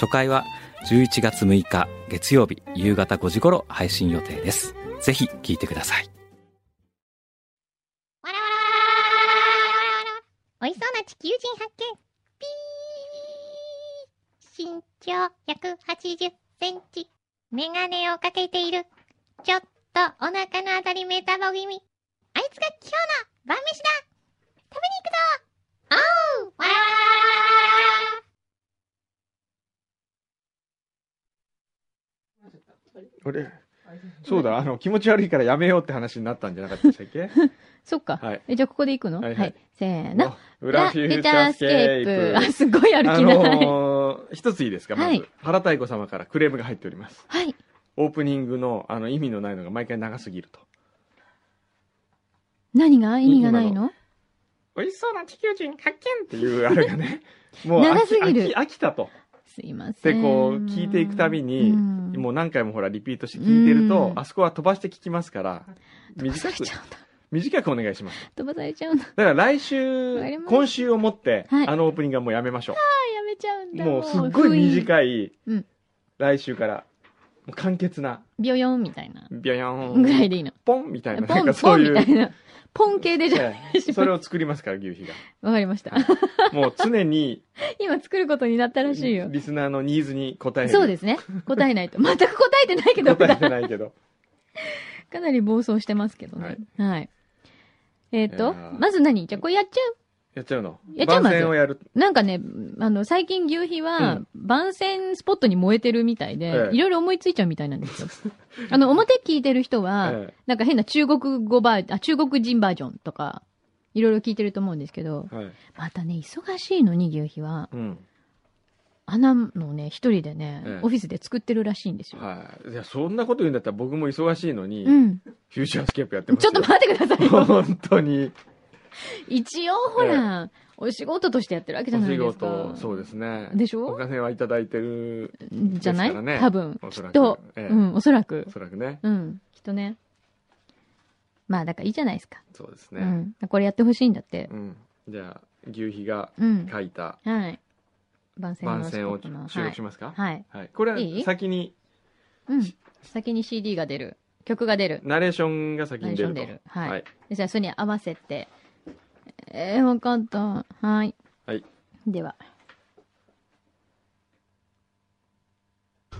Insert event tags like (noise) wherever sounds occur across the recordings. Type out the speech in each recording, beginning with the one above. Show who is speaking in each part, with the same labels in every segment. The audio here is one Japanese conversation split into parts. Speaker 1: 初回は11月6日月曜日夕方5時頃配信予定ですぜひ聞いてください
Speaker 2: わらわらわらわらわらわら。美味しそうな地球人発見。ピー。身長180センチ。メガネをかけている。ちょっとお腹のあたりメタボ気味。あいつが今日の晩飯だ食べに行くぞおうわらわらわらわらわらわら
Speaker 3: 俺
Speaker 4: (laughs)
Speaker 3: そうだあの気持ち悪いからやめようって話になったんじゃなかったでしたっ
Speaker 4: (laughs)
Speaker 3: け
Speaker 4: そっか。
Speaker 3: はい
Speaker 4: えじゃあここで行くの
Speaker 3: は
Speaker 4: はいい、
Speaker 3: はい
Speaker 4: せーの。
Speaker 3: 裏フューチャースケープ
Speaker 4: ラ (laughs) あ、すごい歩
Speaker 3: あ
Speaker 4: きない。
Speaker 3: のー一ついいですかまず、
Speaker 4: はい
Speaker 3: 原太鼓様からクレームが入っております
Speaker 4: はい。
Speaker 3: オープニングのあの意味のないのが毎回長すぎると
Speaker 4: 何が意味がないの
Speaker 3: 「美味しそうな地球人発見!」っていうあれが
Speaker 4: (laughs)
Speaker 3: ねもう飽き
Speaker 4: 長すぎる
Speaker 3: 飽き飽きたと
Speaker 4: すいませ
Speaker 3: で
Speaker 4: ん。
Speaker 3: こう聞いていくたびに、
Speaker 4: うん
Speaker 3: もう何回もほらリピートして聞いてると、
Speaker 4: うん
Speaker 3: あそこは飛ばして聞きますから
Speaker 4: 飛ば
Speaker 3: 短
Speaker 4: され
Speaker 3: く
Speaker 4: (laughs) ちゃうんだ。
Speaker 3: 短くお願いします
Speaker 4: 飛ばされちゃうんだ。
Speaker 3: だから来
Speaker 4: わかり
Speaker 3: 週
Speaker 4: ました
Speaker 3: 今週をもって、
Speaker 4: はい
Speaker 3: あのオープニングはもうやめましょう
Speaker 4: あ、 (laughs) やめちゃうんだ。
Speaker 3: もうすっごい
Speaker 4: い。
Speaker 3: 短い
Speaker 4: うん、
Speaker 3: 来週から、もう簡潔な、
Speaker 4: ビヨヨンみたいな。
Speaker 3: ビョヨ
Speaker 4: ぐらい
Speaker 3: ン、
Speaker 4: でいいの。
Speaker 3: ポンみたいな、
Speaker 4: ポ
Speaker 3: なんか
Speaker 4: ン、
Speaker 3: そ
Speaker 4: ポ
Speaker 3: う
Speaker 4: ン
Speaker 3: い、
Speaker 4: みたいうな。ポン系でじゃ
Speaker 3: え
Speaker 4: (laughs)
Speaker 3: えそれを作りますから、牛皮が。
Speaker 4: あ、わかりま
Speaker 3: (laughs)
Speaker 4: した。
Speaker 3: もう常に、
Speaker 4: 今作ることになったらしいよ。
Speaker 3: リスナーのニーズに応える。
Speaker 4: そうですね。答えないと。全く答えてないけど、
Speaker 3: 答えて
Speaker 4: か
Speaker 3: ないけど。
Speaker 4: なり暴走してますけどね。はい。えっ、
Speaker 3: いや
Speaker 4: と
Speaker 3: ー、
Speaker 4: まず何じゃあこれやっちゃう
Speaker 3: やっちゃうの
Speaker 4: やっちゃ
Speaker 3: 番
Speaker 4: うまず
Speaker 3: 宣をやる。
Speaker 4: なんかね、あの、最近牛皮は、
Speaker 3: うん
Speaker 4: 番宣スポットに燃えてるみたいで、
Speaker 3: ええ
Speaker 4: いろいろ思いついちゃうみたいなんですよ。 (laughs) あの、表聞いてる人は、
Speaker 3: え
Speaker 4: なんか変な中国語バーあ、中国人バージョンとか、いろいろ聞いてると思うんですけど
Speaker 3: え、はい。
Speaker 4: またね、忙しいのに牛皮は、
Speaker 3: うん。
Speaker 4: あんなのね、一人でね、
Speaker 3: ええ
Speaker 4: オフィスで作ってるらしいんですよ。
Speaker 3: はい。いや、そんなこと言うんだったら僕も忙しいのに、
Speaker 4: うん。
Speaker 3: フューチャースケープやってます
Speaker 4: ちょ
Speaker 3: よ
Speaker 4: っと待ってくださいよ。
Speaker 3: 本当に、
Speaker 4: (laughs) 一応ほ
Speaker 3: (laughs)
Speaker 4: ら、お仕事としてやってるわけじゃ
Speaker 3: お
Speaker 4: な
Speaker 3: 仕
Speaker 4: いですか。
Speaker 3: 事、そうですね。
Speaker 4: でし
Speaker 3: お
Speaker 4: ょ
Speaker 3: 金はいただいてる、
Speaker 4: じゃな
Speaker 3: です
Speaker 4: い、
Speaker 3: からね
Speaker 4: 多分、
Speaker 3: お
Speaker 4: き
Speaker 3: そら
Speaker 4: っ
Speaker 3: く。
Speaker 4: と。
Speaker 3: ええ
Speaker 4: うん、おそらく
Speaker 3: お。そらくね。
Speaker 4: うん、きっとね。まあ、だからいいじゃないですか。
Speaker 3: そうです
Speaker 4: う
Speaker 3: ね。
Speaker 4: ん。これやってほしいんだって。
Speaker 3: うん。じゃあ、牛皮が
Speaker 4: うん。
Speaker 3: 書いた
Speaker 4: はい。番宣
Speaker 3: 番
Speaker 4: のスポ
Speaker 3: 宣を
Speaker 4: ットの
Speaker 3: 収
Speaker 4: は
Speaker 3: 録
Speaker 4: い
Speaker 3: し。ますかはい。
Speaker 4: はい。
Speaker 3: これはい
Speaker 4: い
Speaker 3: 先に、
Speaker 4: うん。先に CD が出る。曲が出る。
Speaker 3: ナレーションが先
Speaker 4: ナレ
Speaker 3: に
Speaker 4: ーシ
Speaker 3: 出
Speaker 4: ョ
Speaker 3: ると。
Speaker 4: ン出る。はい。
Speaker 3: はい。
Speaker 4: でじゃあ、それに合わせて。えー、わかった。はい。
Speaker 3: はい。
Speaker 4: では。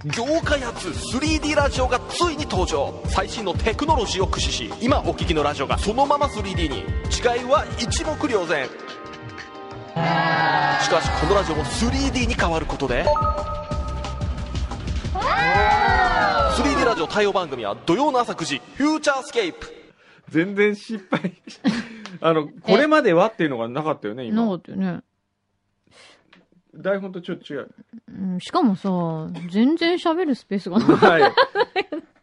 Speaker 5: 業界初 3D ラジオがついに登場最新のテクノロジーを駆使し今お聞きのラジオがそのまま 3D に違いは一目瞭然しかしこのラジオも 3D に変わることで 3D ラジオ対応番組は土曜の朝9時「フューチャースケープ」
Speaker 3: 全然失
Speaker 4: (laughs)
Speaker 3: 敗。あの、これまではっていうのがなかったよね、
Speaker 4: なか
Speaker 3: 今。
Speaker 4: ったよね。
Speaker 3: 台本とちょっと違う。
Speaker 4: うん、しかもさ、全然喋るスペースが
Speaker 3: (laughs)
Speaker 4: ない。 (laughs)
Speaker 3: はい。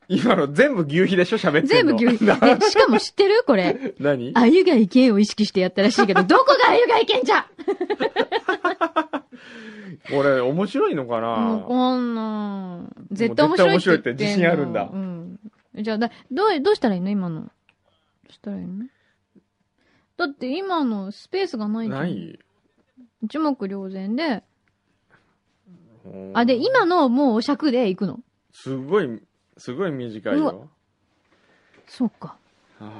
Speaker 3: 今の全部牛皮でしょ喋って
Speaker 4: 全
Speaker 3: ん
Speaker 4: 部
Speaker 3: の。
Speaker 4: 牛皮。で、しかも知ってるこれ。
Speaker 3: 何
Speaker 4: あゆがいけんを意識してやったらしいけ (laughs) ど、どこがあゆがいけんじゃ
Speaker 3: これ面白いのか
Speaker 4: わ
Speaker 3: な
Speaker 4: かんない。絶対面白いって
Speaker 3: 絶対
Speaker 4: 言ってんの。
Speaker 3: 面白いって自信あるんだ
Speaker 4: うん。じゃあ、だどう、どうしたらいいの今の。どうしたらいいのだって今のスペースがないじゃん
Speaker 3: ない
Speaker 4: 一目瞭然で。あ、で、今のもう尺で行くの。
Speaker 3: すごい、すごい短いう
Speaker 4: わ
Speaker 3: よ。
Speaker 4: そうか。 (laughs)
Speaker 3: は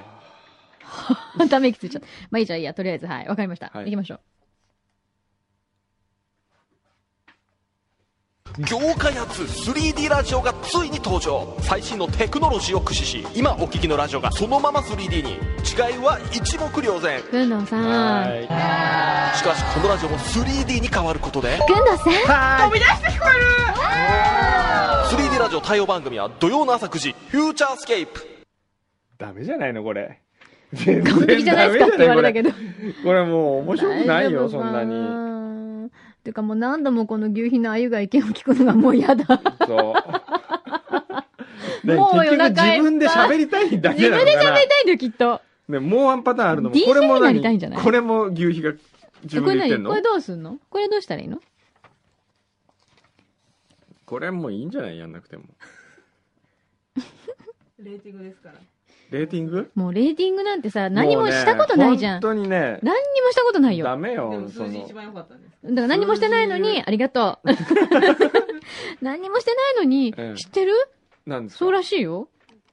Speaker 3: あ
Speaker 4: ため息ついちゃった。まあいいじゃん、いいや、とりあえず、はい。わかりました。
Speaker 3: はい
Speaker 4: 行きましょう。
Speaker 5: 業界初 3D ラジオがついに登場最新のテクノロジーを駆使し今お聞きのラジオがそのまま 3D に違いは一目瞭然
Speaker 4: くんどうさ
Speaker 3: は
Speaker 4: ん。
Speaker 3: い。
Speaker 5: しかしこのラジオも 3D に変わることで
Speaker 4: くんどうさん。
Speaker 5: 3D ラジオ対応番組は土曜の朝9時「フューチャースケープ
Speaker 3: ダメじゃないの、これ。全
Speaker 4: 完璧じゃないですかって言われたけど。
Speaker 3: これもう面白くないよ、そんなに。
Speaker 4: に。てかもう何度もこの牛皮の鮎が意見を聞くのがもう嫌だ。 (laughs)
Speaker 3: そう。ね
Speaker 4: もう
Speaker 3: 結局
Speaker 4: 夜中
Speaker 3: 自
Speaker 4: いっぱい
Speaker 3: 分で喋りたいだけ
Speaker 4: 自
Speaker 3: な
Speaker 4: 分
Speaker 3: の
Speaker 4: で
Speaker 3: か
Speaker 4: 喋
Speaker 3: な
Speaker 4: り。たいんだよ、きっと。
Speaker 3: ね、もうワンパターンあるのも、
Speaker 4: DJ
Speaker 3: これも
Speaker 4: になりたいんじゃない
Speaker 3: これも牛皮が自
Speaker 4: こ
Speaker 3: 分
Speaker 4: れ
Speaker 3: で言って
Speaker 4: 何
Speaker 3: ん
Speaker 4: こ
Speaker 3: の
Speaker 4: れどうすんのこれどうしたらいいの
Speaker 3: これもういいんじゃないやんなくても。
Speaker 6: レーティングですから。
Speaker 3: レーティング
Speaker 4: もうレーティングなんてさ、何もしたことないじゃん。
Speaker 3: もうね本当にね、
Speaker 4: 何にもしたことないよ。
Speaker 3: ダ
Speaker 4: だか
Speaker 3: メ
Speaker 6: で
Speaker 3: よ
Speaker 6: も、
Speaker 3: そ
Speaker 6: 数字
Speaker 3: の
Speaker 6: 一。番良かったんです。
Speaker 4: ら何もしてないの
Speaker 6: 数字
Speaker 4: に、
Speaker 6: 言う
Speaker 4: ありがとう。 (laughs) 何にもしてないのに
Speaker 3: え、え
Speaker 4: 知ってる
Speaker 3: なんですか
Speaker 4: そうらしいよ。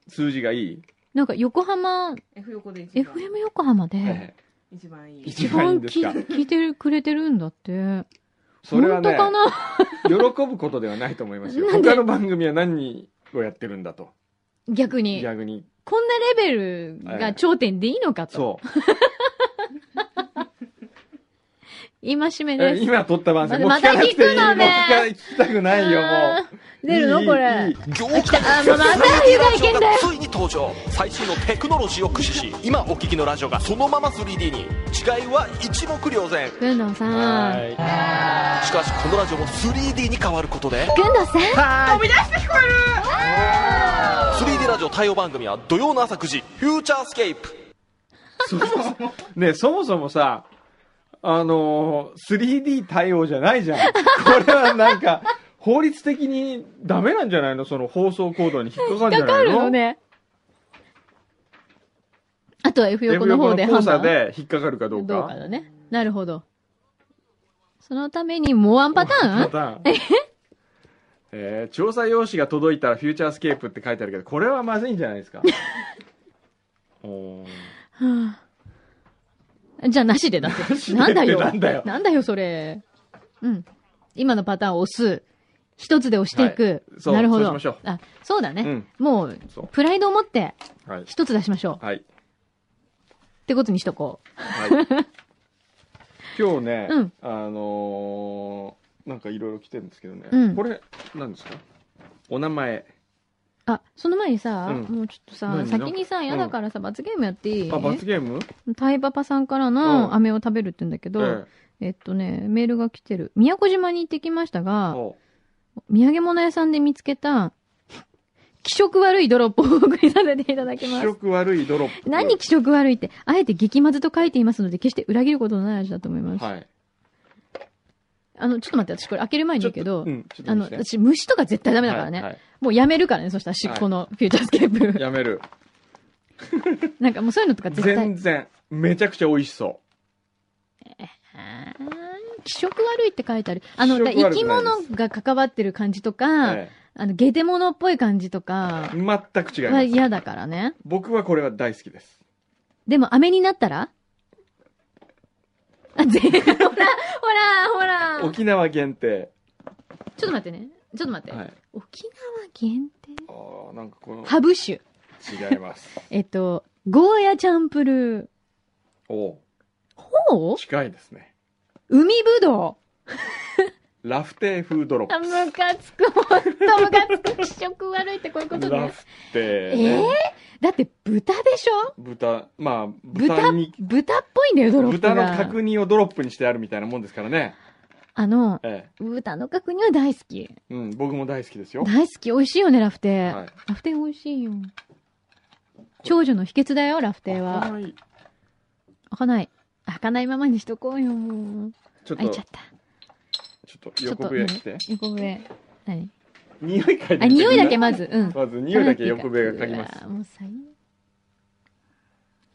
Speaker 3: 数字がいい。
Speaker 4: なんか横浜、
Speaker 6: F 横で一番
Speaker 4: FM 横浜
Speaker 3: え
Speaker 4: で、
Speaker 3: え
Speaker 6: 一番いい。
Speaker 3: 一
Speaker 4: 一
Speaker 3: 番いい
Speaker 4: 番
Speaker 3: んです
Speaker 4: き
Speaker 3: か
Speaker 4: 聞いてくれてるんだって。
Speaker 3: そ
Speaker 4: 本
Speaker 3: れは
Speaker 4: 当
Speaker 3: ね、
Speaker 4: かな (laughs)
Speaker 3: 喜ぶことではないと思いますよ。
Speaker 4: なんで
Speaker 3: 他の番組は何をやってるんだと。
Speaker 4: 逆に。
Speaker 3: 逆に。
Speaker 4: こんなレベルが頂点でいいのか
Speaker 3: そ
Speaker 4: と。
Speaker 3: う。
Speaker 4: 今しめ
Speaker 3: え
Speaker 4: です。
Speaker 3: 今撮った番組、もう
Speaker 4: ま
Speaker 3: 聞
Speaker 4: た
Speaker 3: かなくていい。
Speaker 4: また聞くの
Speaker 3: もう
Speaker 4: ね
Speaker 3: 聞か聞きたくないよ、もう。
Speaker 4: 出るの
Speaker 3: いい
Speaker 4: これ
Speaker 3: いい。
Speaker 5: 業界
Speaker 4: あまた湯がいけんだよ
Speaker 5: ついに登場最新のテクノロジーを駆使し今お聞きのラジオがそのまま 3D に違いは一目瞭然
Speaker 4: くんどさん。
Speaker 3: は
Speaker 5: しかしこのラジオも 3D に変わることで
Speaker 4: くんどさん
Speaker 6: 飛び出して聞こえる
Speaker 5: 3D ラジオ対応番組は土曜の朝9時「フューチャースケープ
Speaker 3: い。そもそも、ね、そもそもさ、あのー、3D 対応じゃないじゃん。これはなんか、法律的にダメなんじゃないのその放送コードに引っかかるんじ
Speaker 4: か
Speaker 3: ゃな
Speaker 4: か
Speaker 3: いの
Speaker 4: るのね。あとは F 横
Speaker 3: F
Speaker 4: の
Speaker 3: 横
Speaker 4: 方
Speaker 3: の
Speaker 4: で
Speaker 3: 交
Speaker 4: 判
Speaker 3: 差
Speaker 4: 断。
Speaker 3: で引っかかるかど
Speaker 4: どう
Speaker 3: う
Speaker 4: か
Speaker 3: か。
Speaker 4: だね。なるほど。そのためにもうワンパター
Speaker 3: パ
Speaker 4: ン
Speaker 3: ターン。えー、調査用紙が届いたらフューチャースケープって書いてあるけど、これはまずいんじゃないです
Speaker 4: (laughs)
Speaker 3: か。おー
Speaker 4: じゃあなしでだって。
Speaker 3: でっ
Speaker 4: な
Speaker 3: て
Speaker 4: んだよ。
Speaker 3: (laughs) なんだよ
Speaker 4: それ。うん。今のパターンを押す。一つで押していく。
Speaker 3: はいそう
Speaker 4: なるほど。
Speaker 3: そうしましょう
Speaker 4: あ、そうだね。
Speaker 3: うん
Speaker 4: もう
Speaker 3: そう、
Speaker 4: プライドを持って
Speaker 3: はい。
Speaker 4: 一つ出しましょう。
Speaker 3: はい。
Speaker 4: ってことにしとこう。
Speaker 3: はい、 (laughs) 今日ね、
Speaker 4: うん
Speaker 3: あのーなんかいろいろ来てるんですけどね、
Speaker 4: うん
Speaker 3: これなんですかお名前
Speaker 4: あ、その前にさ、
Speaker 3: うん
Speaker 4: もうちょっとさ、
Speaker 3: 何
Speaker 4: 先にさ、嫌だからさ、罰ゲームやっていい
Speaker 3: あ罰ゲーム
Speaker 4: タイパパさんから
Speaker 3: うん
Speaker 4: の飴を食べるって言うんだけど、
Speaker 3: え
Speaker 4: えっとね、メールが来てる。宮古島に行ってきました
Speaker 3: え
Speaker 4: が、
Speaker 3: お
Speaker 4: 土産物屋さんで見つけた、気色悪いドロップをお送りさせていただき
Speaker 3: 気
Speaker 4: ます。
Speaker 3: 色悪いドロップ
Speaker 4: 何気色悪いって、あえて激まずと書いていますので、決して裏切ることのない味だと思います。
Speaker 3: はい
Speaker 4: あの、ちょっと待って、私これ開ける前に
Speaker 3: ちょ
Speaker 4: 言
Speaker 3: っと
Speaker 4: うけど、
Speaker 3: うん、ちょっと
Speaker 4: あ
Speaker 3: 見
Speaker 4: の、
Speaker 3: せて
Speaker 4: 私虫とか絶対ダメだからね。
Speaker 3: はいはい
Speaker 4: もうやめるからね、そしたらし、
Speaker 3: はい
Speaker 4: このフューチャースケ
Speaker 3: (laughs)
Speaker 4: ープ。
Speaker 3: やめる
Speaker 4: なんかもうそういうのとか (laughs) 絶対
Speaker 3: 全。然めちゃくちゃ美味しそ
Speaker 4: あー気色悪いって書いてある。あの、
Speaker 3: 気色
Speaker 4: だ
Speaker 3: 悪くない
Speaker 4: 生
Speaker 3: です
Speaker 4: き物が関わってる感じと
Speaker 3: う、
Speaker 4: か、
Speaker 3: え
Speaker 4: あの、ゲテモノっぽい感じとか
Speaker 3: え、全く違い
Speaker 4: は
Speaker 3: ます
Speaker 4: 嫌だからね。
Speaker 3: 僕はこれは大好きです
Speaker 4: でも、飴になっ
Speaker 3: (laughs)
Speaker 4: たらあ、ぜ、 (laughs) ほら、ほら、ほら。ちょ
Speaker 3: 沖縄限定
Speaker 4: っと待ってね。ちょっと待って。
Speaker 3: はい
Speaker 4: 沖縄限定
Speaker 3: あーなんかこの
Speaker 4: ハブ酒。
Speaker 3: 違います
Speaker 4: えっと、ゴーヤチャンプル
Speaker 3: おう
Speaker 4: ー。ほう
Speaker 3: 近いですね
Speaker 4: 海ぶど
Speaker 3: ラフテー風ドロッ
Speaker 4: う。あ、
Speaker 3: プ
Speaker 4: むかつく、ほんとむかつく。気色悪いってこういうこと
Speaker 3: ラ
Speaker 4: ね。
Speaker 3: フテー、
Speaker 4: ええ
Speaker 3: ね
Speaker 4: だって豚でしょ
Speaker 3: 豚、まあ、豚
Speaker 4: 豚
Speaker 3: に、、
Speaker 4: 豚っぽいんだよ、ドロップ
Speaker 3: 豚
Speaker 4: が。
Speaker 3: の角煮をドロップにしてあるみたいなもんですからね。
Speaker 4: あの、
Speaker 3: え
Speaker 4: 豚の角煮は大好き。
Speaker 3: え。うん、僕も大好きですよ。
Speaker 4: 大好き。美味しいよね、ラフテー。
Speaker 3: はい。
Speaker 4: ラフテー美味しいよ。長女の秘訣だよ、ラフテーは。
Speaker 3: はい
Speaker 4: 開かない。開かないままにしとこうよ、もう。
Speaker 3: ちょっ
Speaker 4: 開い
Speaker 3: と、ち
Speaker 4: ちゃ
Speaker 3: ょ
Speaker 4: った。
Speaker 3: っと横笛来て。
Speaker 4: ちょっと何横笛。何
Speaker 3: 匂い嗅いでみて
Speaker 4: あ、匂いだけまず、うん。
Speaker 3: まず匂いだけ横笛が嗅ぎます
Speaker 4: うわ。もう最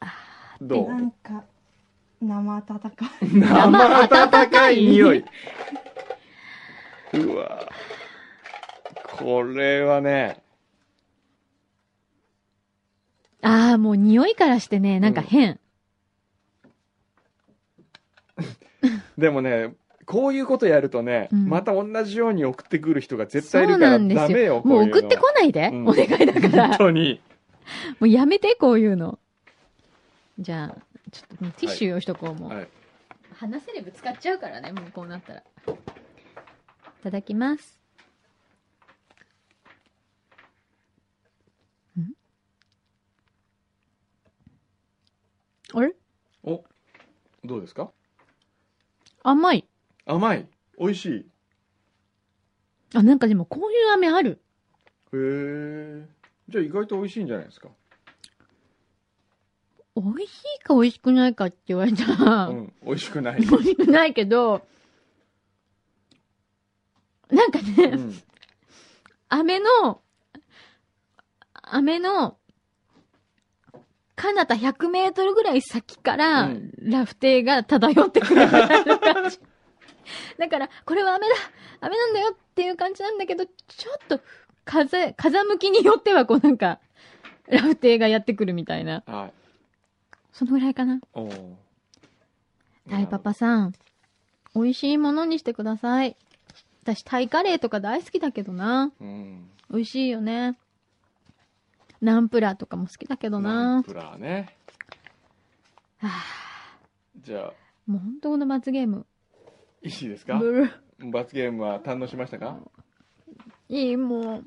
Speaker 4: 悪
Speaker 3: どう
Speaker 6: なんか、生温かい。
Speaker 3: 生温かい匂い。うわこれはね、
Speaker 4: ああ、もう匂いからしてね、なんか変。
Speaker 3: でもね、こういうことやるとね、
Speaker 4: うん
Speaker 3: また同じように送ってくる人が絶
Speaker 4: そ
Speaker 3: 対いうるか
Speaker 4: な
Speaker 3: ら
Speaker 4: ん
Speaker 3: ダ
Speaker 4: です
Speaker 3: メよ、
Speaker 4: よ。もう送って
Speaker 3: こ
Speaker 4: こないで。
Speaker 3: うん
Speaker 4: お願いだ
Speaker 3: う
Speaker 4: か
Speaker 3: いうの (laughs)
Speaker 4: ら。
Speaker 3: 本
Speaker 4: も
Speaker 3: 当に。
Speaker 4: うやめて、こういうの。じゃあ、ちょっともうティッシュ用意しとこう、もう。
Speaker 3: はい。
Speaker 4: 鼻セレブ使っちゃうからね、もうこうなったら。いただきます。んあれ
Speaker 3: お、どうですか
Speaker 4: 甘い。
Speaker 3: 甘い。美味しい。へ
Speaker 4: あ、なんかでもこういう飴ある。
Speaker 3: え。じゃあ意外と美味しいんじゃないですか。
Speaker 4: 美味しいか美味しくないかって言われたら、
Speaker 3: うん、美味しくない。
Speaker 4: (laughs) 美味しくないけど、なんかね、
Speaker 3: うん。
Speaker 4: 飴の、飴の、彼方100メートルぐらい先から、
Speaker 3: うん
Speaker 4: ラフテーが漂ってくるみたいな感じ。だから、これは飴だ飴なんだよっていう感じなんだけど、ちょっと、風、風向きによってはこうなんか、ラフテーがやってくるみたいな。
Speaker 3: はい。
Speaker 4: そのぐらいかな。
Speaker 3: おお。
Speaker 4: タイパパさん、美味しいものにしてください。私、タイカレーとか大好きだけどな。
Speaker 3: うん。
Speaker 4: 美味しいよね。ナンプラーとかも好きだけど
Speaker 3: ナン
Speaker 4: な。
Speaker 3: プラーね。
Speaker 4: は
Speaker 3: じゃあ、
Speaker 4: もう本当この罰ゲーム。
Speaker 3: いいですか
Speaker 4: ブルー
Speaker 3: 罰ゲームは堪能しましたか
Speaker 4: いい、もう。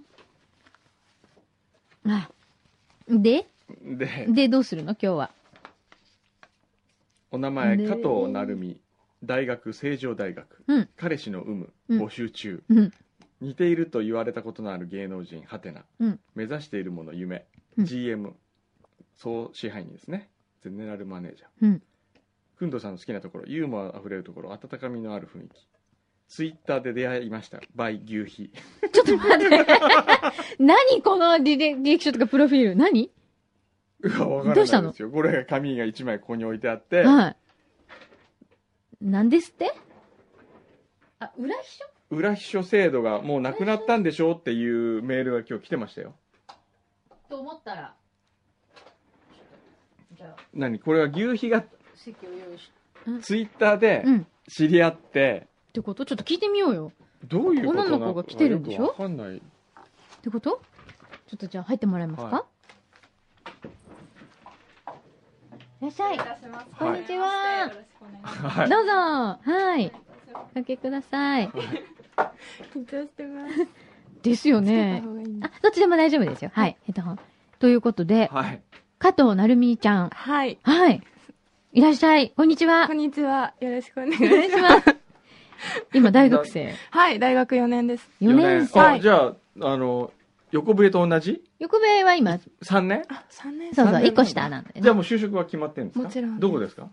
Speaker 4: あで
Speaker 3: で、
Speaker 4: で、どうするの今日は。
Speaker 3: お名前、
Speaker 4: ね
Speaker 3: 加藤成美、大学、成城大学、
Speaker 4: うん
Speaker 3: 彼氏の有無、
Speaker 4: うん
Speaker 3: 募集中、
Speaker 4: うん。
Speaker 3: 似ていると言われたことのある芸能人、ハテナ、
Speaker 4: うん
Speaker 3: 目指しているもの、夢、
Speaker 4: うん
Speaker 3: GM、総支配人ですね、ゼネラルマネージャー。
Speaker 4: うん。
Speaker 3: くんどさんの好きなところ、ユーモアあふれるところ、温かみのある雰囲気。ツイッターで出会いました、バイ牛皮。 (laughs)
Speaker 4: ちょっと待って。何この履歴履歴書とかプロフィール。何
Speaker 3: うわ、わからな
Speaker 4: ど
Speaker 3: いう
Speaker 4: したの
Speaker 3: ですよ。これが紙が1枚ここに置いてあって、
Speaker 4: はい。何ですってあ、裏秘書
Speaker 3: 裏秘書制度がもうなくなったんでしょうっていうメールが今日来てましたよ。
Speaker 4: と思ったら。じゃあ、
Speaker 3: 何これは牛皮が
Speaker 4: 席を用意し
Speaker 3: ツイッターで
Speaker 4: うん。っ
Speaker 3: 知り合って、
Speaker 4: てことちょっと聞いてみようよ。
Speaker 3: どういうことな
Speaker 4: 女の子が来てるんでしょ
Speaker 3: よくわかんない。
Speaker 4: ってことちょっとじゃあ入ってもらえますか、、
Speaker 3: はい
Speaker 4: らっしゃいこんにち
Speaker 7: (laughs)
Speaker 4: は、
Speaker 3: はい。
Speaker 4: どうぞはいおかけください
Speaker 6: 緊張してます。
Speaker 4: ですよ
Speaker 6: ね
Speaker 4: ねあどっちでも大丈夫ですよはいヘッドホンということで
Speaker 3: はい。
Speaker 4: 加藤成美ちゃん
Speaker 7: はい。
Speaker 4: はいいらっしゃいこんにちは
Speaker 7: こんにちは。よろしくお願い
Speaker 4: お願い
Speaker 7: し
Speaker 4: し
Speaker 7: ます。
Speaker 4: ます (laughs) 今大学生
Speaker 7: はい。大学4年です。
Speaker 4: 4年生
Speaker 3: あ
Speaker 7: はい
Speaker 3: じゃあ、あの、横笛と同じ
Speaker 4: 横部は今そ
Speaker 3: ?3 年
Speaker 7: あ、3年
Speaker 4: うそ
Speaker 7: 生。
Speaker 4: う1個下なんだよ
Speaker 3: じゃあ
Speaker 4: ね
Speaker 3: もう就職は決まってるんですか
Speaker 7: もちろん
Speaker 3: どこですか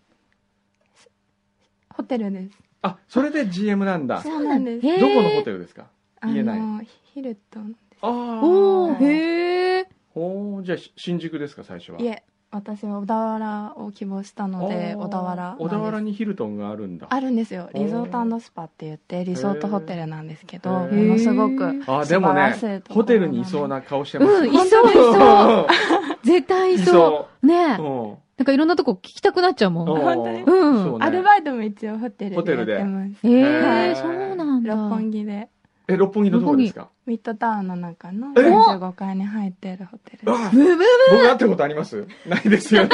Speaker 7: ホテルです。
Speaker 3: あ、それで GM なんだ。
Speaker 7: そうなんです。
Speaker 4: へー
Speaker 3: どこのホテルですか
Speaker 7: あ
Speaker 3: 言えない
Speaker 7: の、ヒルトン。
Speaker 3: ああ。
Speaker 4: おーへえ
Speaker 3: ほうじゃあし新宿ですか、最初は。
Speaker 7: いえ、私は小田原を希望したので、
Speaker 3: あー
Speaker 7: 小田原なんです。
Speaker 3: 小田原にヒルトンがあるんだ。
Speaker 7: あるんですよ。リゾートスパって言って、リゾートホテルなんですけど、ものすごく。
Speaker 3: あ、でも
Speaker 7: 素晴ら
Speaker 3: ね
Speaker 7: しい、ところ
Speaker 3: ホテルにいそうな顔してます
Speaker 4: う
Speaker 3: ね。
Speaker 4: んいそ
Speaker 3: (laughs)
Speaker 4: ういそう
Speaker 3: う。
Speaker 4: 絶対い
Speaker 3: い
Speaker 4: そ
Speaker 3: そう
Speaker 4: ねえ
Speaker 3: うん
Speaker 4: なんかいろんなとこ聞きたくなっちゃうもん
Speaker 3: うん
Speaker 7: 本当に
Speaker 4: うん
Speaker 3: そうね
Speaker 7: アルバイトも一応ホテル
Speaker 3: ホテル
Speaker 7: で
Speaker 3: で
Speaker 7: やってます。
Speaker 4: え
Speaker 3: へ
Speaker 4: え
Speaker 3: ー
Speaker 4: そうなんだ。
Speaker 7: 六本木で、
Speaker 3: え、六本木のどこですか
Speaker 7: ミッドタウンの中の
Speaker 3: え
Speaker 7: 45階に入ってるホテルです。
Speaker 3: あ
Speaker 4: ブブブ
Speaker 3: 僕会ったことあります (laughs) ないですよね。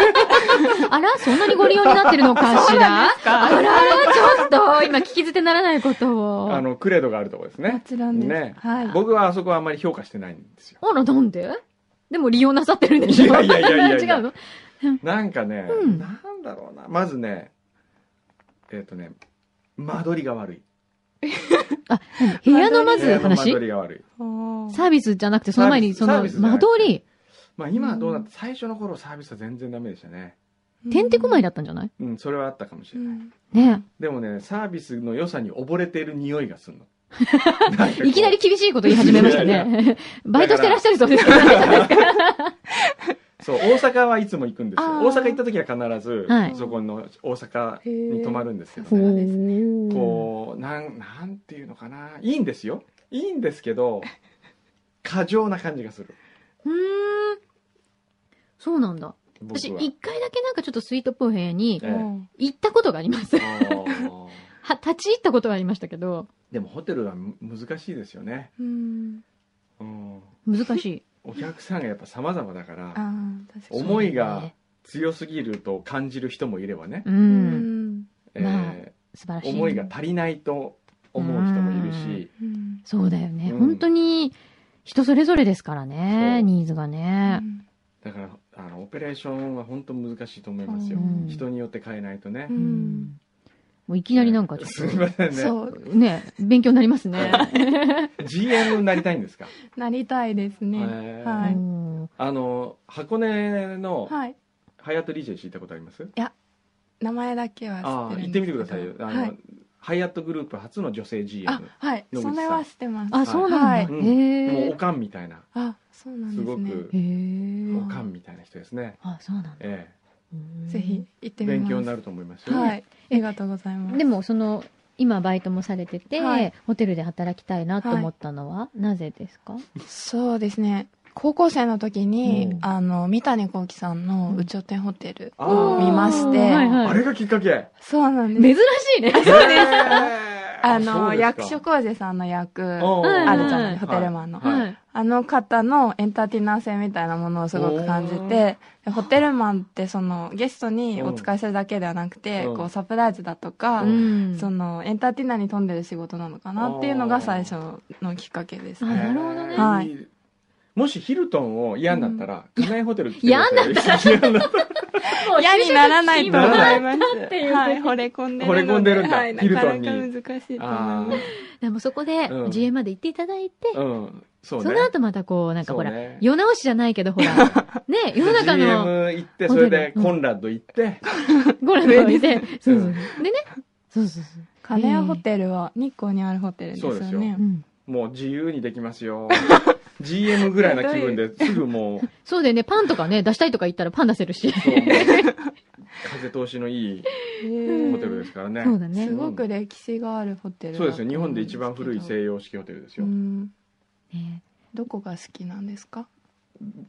Speaker 4: あらそんなにご利用になってるのかしらあらら、ちょっと、今聞き捨てならないことを。
Speaker 3: あ
Speaker 4: あ
Speaker 3: の、クレードがあるとこです
Speaker 7: も
Speaker 3: ね。
Speaker 7: ちろんです。
Speaker 3: ね
Speaker 7: はい。
Speaker 3: 僕はあそこはあんまり評価してないんですよ。
Speaker 4: ら、なんででも利用なさってるんでしょ
Speaker 3: いやいやいやいやいや
Speaker 4: 違うの
Speaker 3: なんかね、
Speaker 4: うん
Speaker 3: なんだろうな。まずね、えっ、とね、間取りが悪い。
Speaker 4: 部屋のま
Speaker 3: 部屋の
Speaker 4: ず
Speaker 3: 間
Speaker 4: 話
Speaker 3: 取りが悪い。
Speaker 7: おー
Speaker 4: サービスじゃなくて、その前に、そ
Speaker 3: サー
Speaker 4: の
Speaker 3: ビス、サービスじゃな
Speaker 4: 間
Speaker 3: い
Speaker 4: 取り、
Speaker 3: まあ今はどうなって、最初の頃サービスは全然ダメでしたね。
Speaker 4: てんてこまい
Speaker 7: だ。
Speaker 4: だったんじゃない
Speaker 3: うん、それはあったかもし
Speaker 7: う
Speaker 3: れない。
Speaker 7: ん
Speaker 4: ね
Speaker 3: でもね、サービスの良さに溺れている匂いが
Speaker 4: (laughs)
Speaker 3: するの。
Speaker 4: えいきなり厳しいこと言い始めました
Speaker 3: いやい (laughs)
Speaker 4: ね。バイトしてらっしゃるそうですけどね。
Speaker 3: そう、大阪はいつも行くんですよ。
Speaker 7: あー
Speaker 3: 大阪行った時は必ず、
Speaker 4: はい
Speaker 3: そこの大阪に泊まるんですけど
Speaker 4: ほ
Speaker 7: う
Speaker 3: ね。
Speaker 7: ん
Speaker 4: (laughs) う
Speaker 3: こう、なん、なんていうのかな。いいんですよ。いいんですけど、過剰な感じがする。
Speaker 4: うーん。そうなんだ。
Speaker 3: 僕
Speaker 4: 私、
Speaker 3: は。
Speaker 4: 一回だけなんかちょっとスイートっぽい部屋に
Speaker 3: ええ
Speaker 7: うん
Speaker 4: 行ったことがあります。
Speaker 3: あ
Speaker 4: (laughs)
Speaker 3: ー
Speaker 4: は、立ち入ったことがありましたけど、
Speaker 3: でもホテルはむ難しいですよね。
Speaker 7: うん。
Speaker 3: うん。
Speaker 4: 難しい。
Speaker 3: お客さんがやっぱ様々だか
Speaker 7: あ
Speaker 3: ら、
Speaker 7: あ、確かに。
Speaker 3: 思いが強すぎると感じる人もいればね、
Speaker 4: う、
Speaker 7: うんん。
Speaker 3: ええ
Speaker 4: まあ素晴らしい。
Speaker 3: 思いが足りないと思う人もいるし、
Speaker 7: うん。
Speaker 4: そうだよね。
Speaker 3: うん
Speaker 4: 本当に、人それぞれですからね、
Speaker 3: そう
Speaker 4: ニーズがね。
Speaker 3: だからあのオペレーションは本当難しいと思いますよ、
Speaker 4: うん
Speaker 3: 人によって変えないとね
Speaker 7: う
Speaker 4: うんん。もういきなりなんかち
Speaker 3: す
Speaker 4: ょ
Speaker 3: みませんね。
Speaker 7: そう
Speaker 4: っと、ね、勉強になります
Speaker 3: (laughs)
Speaker 4: ね。
Speaker 3: GM になりたいんですか。 (laughs)
Speaker 7: なりたいです
Speaker 3: へ
Speaker 7: ね
Speaker 3: ー
Speaker 7: はい
Speaker 4: うん
Speaker 3: あの箱根の
Speaker 7: はい
Speaker 3: ハヤットリージェンシー行ったことあります？
Speaker 7: 名前だけは
Speaker 3: ああ
Speaker 7: 知っ
Speaker 3: 行
Speaker 7: てるん
Speaker 3: って
Speaker 7: です
Speaker 3: み
Speaker 7: け
Speaker 3: てく
Speaker 7: ど
Speaker 3: ださいよ。あ
Speaker 7: は
Speaker 3: の
Speaker 7: い
Speaker 3: ハイアットグループ初の女性 GM。
Speaker 7: あはい
Speaker 3: 野口さ
Speaker 7: そ
Speaker 3: ん
Speaker 7: れは知ってます
Speaker 4: あ、そうなんだ。
Speaker 7: はい
Speaker 3: も
Speaker 4: へ
Speaker 3: う
Speaker 4: え
Speaker 3: お。かんみたいな、
Speaker 7: あそうなん
Speaker 3: す
Speaker 7: で
Speaker 3: ご
Speaker 7: すね
Speaker 3: くお
Speaker 4: へえ。
Speaker 3: かんみたいな人ですね。
Speaker 4: あ、そうなんだ。
Speaker 3: え
Speaker 4: うん
Speaker 7: ぜひ。行っ
Speaker 3: え、
Speaker 7: てみます
Speaker 3: 勉強になると思いますよ。
Speaker 7: はいありがとうございます
Speaker 4: でも、その、今バイトもされてて、
Speaker 7: はい
Speaker 4: ホテルで働きたいなと思ったのは、なぜですか
Speaker 7: そうですね高校生の時に、
Speaker 4: うん
Speaker 7: あの三谷幸喜さんの「宇宙天ホテル」
Speaker 3: あ
Speaker 7: を見
Speaker 3: ー
Speaker 7: まして、
Speaker 4: はいはい
Speaker 3: あれがきっかけ。
Speaker 7: そうなん
Speaker 4: 珍
Speaker 7: です
Speaker 4: しい
Speaker 3: え
Speaker 4: ね。
Speaker 3: ー
Speaker 7: (laughs) あの
Speaker 3: そうですか
Speaker 7: 役所広司さんの役
Speaker 3: おー
Speaker 7: あるじゃな
Speaker 4: はい
Speaker 7: いホテルマンの、
Speaker 3: はい
Speaker 4: い。
Speaker 7: あの方のエンターテイナー性みたいなものをすごく感じ
Speaker 3: おー
Speaker 7: てでホテルマンってそのゲストにお使いするだけではなくて、
Speaker 3: うん
Speaker 7: こうサプライズだとか、
Speaker 4: うん。
Speaker 7: そのエンターテイナーに富んでる仕事なのかなっていうのが最初のきっかけです
Speaker 4: あ
Speaker 7: ね
Speaker 4: なるほどね
Speaker 7: はい
Speaker 3: もしヒルトンを嫌になったら、家内ホテル来てく
Speaker 4: 嫌
Speaker 3: ださい。嫌になったら。
Speaker 7: 嫌にならないと
Speaker 3: な
Speaker 7: 思
Speaker 3: らない
Speaker 7: い
Speaker 3: (laughs)
Speaker 7: ます
Speaker 4: ていう
Speaker 7: はい惚れ込んでるので
Speaker 3: 惚れ込んでるんだ
Speaker 7: はい、な
Speaker 3: ヒル
Speaker 7: か
Speaker 3: ト
Speaker 7: なか
Speaker 3: ンに
Speaker 7: 難しいと思い
Speaker 3: あ
Speaker 7: ます
Speaker 4: でもそこで
Speaker 3: うん
Speaker 4: GM まで行っていただいて、
Speaker 3: あ、うん。そうね。
Speaker 4: その後またこう、なんかほら、
Speaker 3: そうね
Speaker 4: 世直しじゃないけど、ほら、ね、世の中の
Speaker 3: GM 行って、それで
Speaker 4: ホテルうん
Speaker 3: コンラッド行って、
Speaker 4: ご覧になって、そううんそう。でね、そうそうそう。
Speaker 7: 金谷ホテルは日光にあるホテルですよ
Speaker 3: そう
Speaker 7: ね
Speaker 3: ですよ
Speaker 4: うん、
Speaker 3: もう自由にできますよ。GM ぐらいな気分ですぐもう、
Speaker 4: そうだよね、パンとかね、出したいとか言ったらパン出せるし。
Speaker 3: そうもう風通しのいい
Speaker 7: へー
Speaker 3: ホテルですからね。
Speaker 4: そうだね
Speaker 7: すごく歴史があるホテルだ
Speaker 3: そ
Speaker 7: と
Speaker 3: う
Speaker 7: 思
Speaker 3: ですよ。日本で一番古い
Speaker 7: うんで
Speaker 3: 西洋式ホテルです
Speaker 7: すけど
Speaker 3: よ。
Speaker 7: うん
Speaker 4: (laughs) ね
Speaker 7: どこが好きなんですか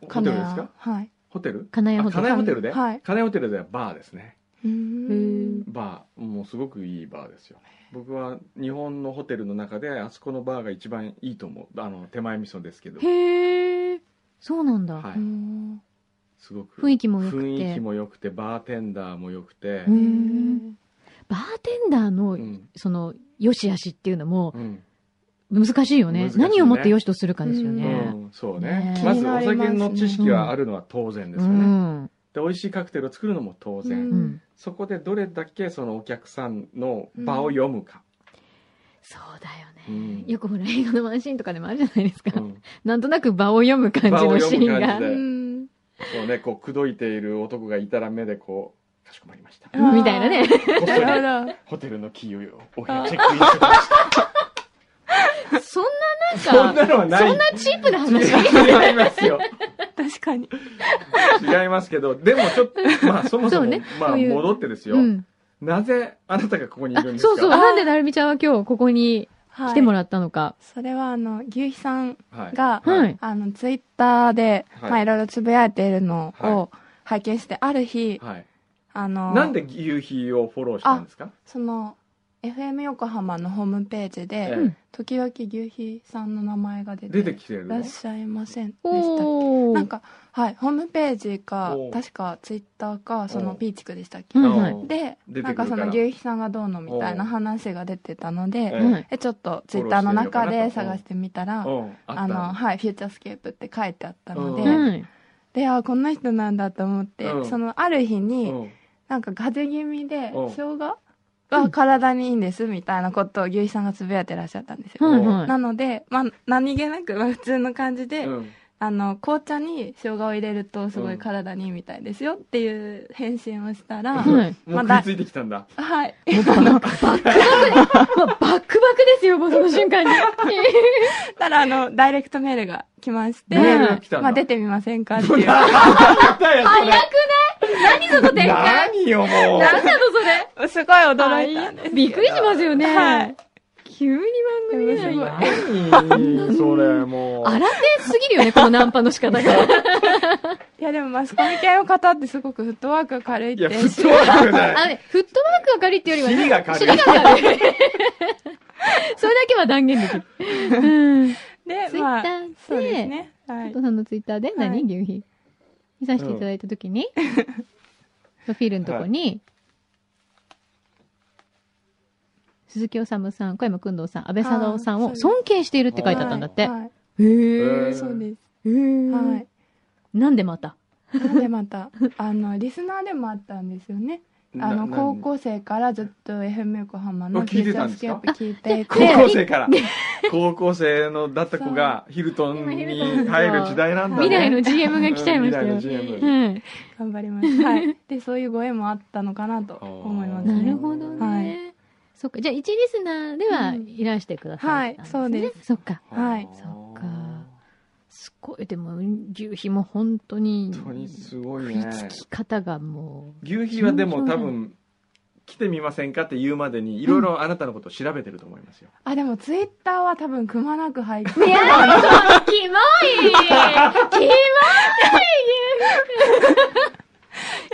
Speaker 3: ホテルですか
Speaker 7: 金谷はい
Speaker 3: ホテル
Speaker 4: 金
Speaker 3: あ
Speaker 4: 谷ホテ
Speaker 3: 金
Speaker 4: ル。
Speaker 3: 谷ホテルで
Speaker 7: はい
Speaker 3: 金谷ホテルではバーですね。
Speaker 7: うーん
Speaker 3: バーもうすごくいいバーですよ僕は日本のホテルの中であそこのバーが一番いいと思うあの手前味噌ですけど、
Speaker 4: へえ、そうなんだ。
Speaker 3: は
Speaker 7: う
Speaker 3: い、
Speaker 7: ん
Speaker 3: すごく
Speaker 4: 雰囲気も良くて
Speaker 3: 雰囲気も良くてバーテンダーも良くて
Speaker 4: う
Speaker 7: へ
Speaker 4: ん
Speaker 7: ー
Speaker 4: バーテンダーの、
Speaker 3: うん
Speaker 4: その、良し悪しっていうのも
Speaker 3: うん
Speaker 4: 難しいよね。
Speaker 3: 難しいね
Speaker 4: 何をもって良しとするかですよ
Speaker 3: う
Speaker 4: ね。
Speaker 3: んそうね
Speaker 4: ね
Speaker 3: まず
Speaker 7: 気に
Speaker 3: お
Speaker 7: なり
Speaker 3: 酒
Speaker 7: ますね
Speaker 3: の知識があるのは当然ですよね、
Speaker 4: うん。
Speaker 3: で美味しいカクテルを作るのも当然、
Speaker 7: うん
Speaker 4: うん
Speaker 3: そこでどれだけそのお客さんの場を読むか、
Speaker 4: そうだ
Speaker 3: う
Speaker 4: よね
Speaker 3: ん。
Speaker 4: よくほら、映画のワンシーンとかでもあるじゃないですか
Speaker 3: う。ん
Speaker 4: なんとなく場を読む感じのシーン
Speaker 3: 場を読む感
Speaker 4: が
Speaker 3: じ。で
Speaker 7: うん
Speaker 3: そうねこう口説いている男がいたら目でこうかしこまりましたこ
Speaker 4: みたいなね。
Speaker 3: (laughs) っそり
Speaker 7: なる
Speaker 3: ホテルのキーをお部屋チェックインしました。
Speaker 4: そん
Speaker 3: (laughs) そ
Speaker 4: なんなんか、
Speaker 3: なのはない。
Speaker 4: そんなチープ
Speaker 3: (laughs)
Speaker 4: な話。
Speaker 3: 違いますよ。
Speaker 7: ほど確かに
Speaker 3: 違いますけど、でもちょっと、まあそもそ
Speaker 4: そう
Speaker 3: も、
Speaker 4: ね
Speaker 3: ま
Speaker 4: そ
Speaker 3: あ
Speaker 4: ういう
Speaker 3: 戻ってですよ、
Speaker 4: うん。
Speaker 3: なぜあなたがここにい
Speaker 4: あ
Speaker 3: るん、ですか
Speaker 4: そうそう。なんでなるみちゃんは今日ここに
Speaker 7: は
Speaker 4: 来てもらったのか。
Speaker 7: それはあの牛肥さん
Speaker 3: はい
Speaker 7: が
Speaker 4: はいはい
Speaker 7: あのツイッターで
Speaker 3: はい
Speaker 7: まあいろいろつぶやいているの
Speaker 3: は
Speaker 7: を拝見してある日
Speaker 3: はい。
Speaker 7: あの
Speaker 3: なんで夕日をフォローしたんですか
Speaker 7: その FM 横浜のホームページで、
Speaker 3: え
Speaker 7: 時々牛肥さんの名前が出
Speaker 3: え
Speaker 7: て
Speaker 3: 出てきてるの
Speaker 7: らっしゃいませんでしたっ
Speaker 4: おー
Speaker 7: けなんかはいホームページか
Speaker 3: おー
Speaker 7: 確かツイッターかそ
Speaker 3: お
Speaker 7: の
Speaker 3: ー
Speaker 7: ピーチクでしたっ
Speaker 4: う
Speaker 7: け
Speaker 4: んはい
Speaker 3: うん
Speaker 7: で
Speaker 3: 出てくる
Speaker 7: なんかそ
Speaker 3: か
Speaker 7: の
Speaker 3: ら
Speaker 7: 牛肥さんがどうのみたいな話が出てたの
Speaker 3: え
Speaker 7: で、
Speaker 4: はい
Speaker 7: えちょっとツイッターの中で探してみたら
Speaker 3: うんあった
Speaker 7: あの、はい、フューチャースケープって書いてあったので、
Speaker 3: う
Speaker 4: は
Speaker 3: ん
Speaker 4: い。
Speaker 7: で、あ、こんな人なんだと思って、
Speaker 3: うん
Speaker 7: その、ある日に、
Speaker 3: うん
Speaker 7: なんか風邪気味で、
Speaker 3: うん
Speaker 7: 生姜が体にいいんです、みたいなことを牛肥さんがつぶやいてらっしゃったんですよ。
Speaker 4: はいはい。
Speaker 7: なので、まあ、何気なく、まあ、普通の感じで、
Speaker 3: うん
Speaker 7: あの、紅茶に生姜を入れると、すごい体にいいみたいですよっていう返信をしたら、
Speaker 4: はい
Speaker 3: もう食いついてきたんだ。
Speaker 4: (laughs)
Speaker 7: はい。
Speaker 4: バックバクですよ、もうその瞬間 (laughs) に。
Speaker 7: たら、あの、ダイレクトメールが来まして、
Speaker 3: メールが来たんだ
Speaker 7: まあ、出てみません
Speaker 3: (laughs)
Speaker 7: かっていう。
Speaker 3: 早くね
Speaker 4: 何その展開
Speaker 3: 何よもう。
Speaker 4: 何なのそれ
Speaker 7: すごい驚いたんです。
Speaker 4: びっくりしますよね。
Speaker 7: はい
Speaker 4: 急に番組
Speaker 7: でもす
Speaker 4: 内
Speaker 7: ごい
Speaker 3: 何それもう。
Speaker 4: 荒手すぎるよね、このナンパの仕 (laughs) 方が。
Speaker 7: いやでもマスコミ系の方ってすごくフットワークが軽いっ
Speaker 3: い
Speaker 7: て
Speaker 3: や、フットワークだよ。
Speaker 4: (laughs) あのねフットワークが軽いっていうよりはね、
Speaker 3: 尻が軽い
Speaker 4: 尻が軽い。 (laughs) それだけは断言で (laughs) きる。うん。
Speaker 7: で、
Speaker 4: ツイ
Speaker 7: ま
Speaker 4: ッ
Speaker 7: あ
Speaker 4: タ、ーで、
Speaker 7: そうですね。はい
Speaker 4: お父。さんのツイッターで何、
Speaker 7: はい
Speaker 4: 牛皮見させていただいたときに、プロ (laughs) フィールのとこに、鈴木おさむさん、小山くんどうさん、安倍佐藤さん
Speaker 7: あ
Speaker 4: を
Speaker 7: ーそうです
Speaker 4: 尊敬しているって書いてあったんだって。
Speaker 7: はいはい
Speaker 4: へ
Speaker 3: へ
Speaker 4: ー
Speaker 3: ー
Speaker 7: そうです。
Speaker 4: へー
Speaker 7: はい。
Speaker 4: なんでまた
Speaker 7: なんでまた、あの、リスナーでもあったんですよね。あ
Speaker 3: な
Speaker 7: の
Speaker 3: な
Speaker 7: 高校生からずっと FM 横浜
Speaker 3: あ
Speaker 7: の
Speaker 3: 聞いて
Speaker 7: フューチ
Speaker 3: た
Speaker 7: ャ
Speaker 3: ん
Speaker 7: ー
Speaker 3: ですか
Speaker 7: スケープ聞いて
Speaker 3: 高校生から高校生のだった子
Speaker 4: (laughs)
Speaker 3: がヒルトンに入る時代なんだね
Speaker 4: 未来の GM が来ちゃいました
Speaker 3: うん
Speaker 4: よ。
Speaker 3: 未来の GM
Speaker 4: うん。
Speaker 7: 頑張りました、はい、でそういうご縁もあったのかなと思います
Speaker 4: なる
Speaker 7: ね
Speaker 4: ほどね。
Speaker 7: はい
Speaker 4: そっか。じゃあ、1リスナーでは
Speaker 7: うん
Speaker 4: いらしてください、。
Speaker 7: はいそうです
Speaker 4: そっか。
Speaker 7: はい
Speaker 3: あー
Speaker 4: そっかすごい。でも、牛皮も本当に、
Speaker 3: 本当にすごい
Speaker 4: 食い
Speaker 3: ね
Speaker 4: つき方がも
Speaker 3: 牛皮はでも多分来てみませんかって言うまでにいろいろあなたのことを調べてると思いますよ、
Speaker 7: あでもツイッターは多分くまなく入って
Speaker 4: う。いやー、キモいキモい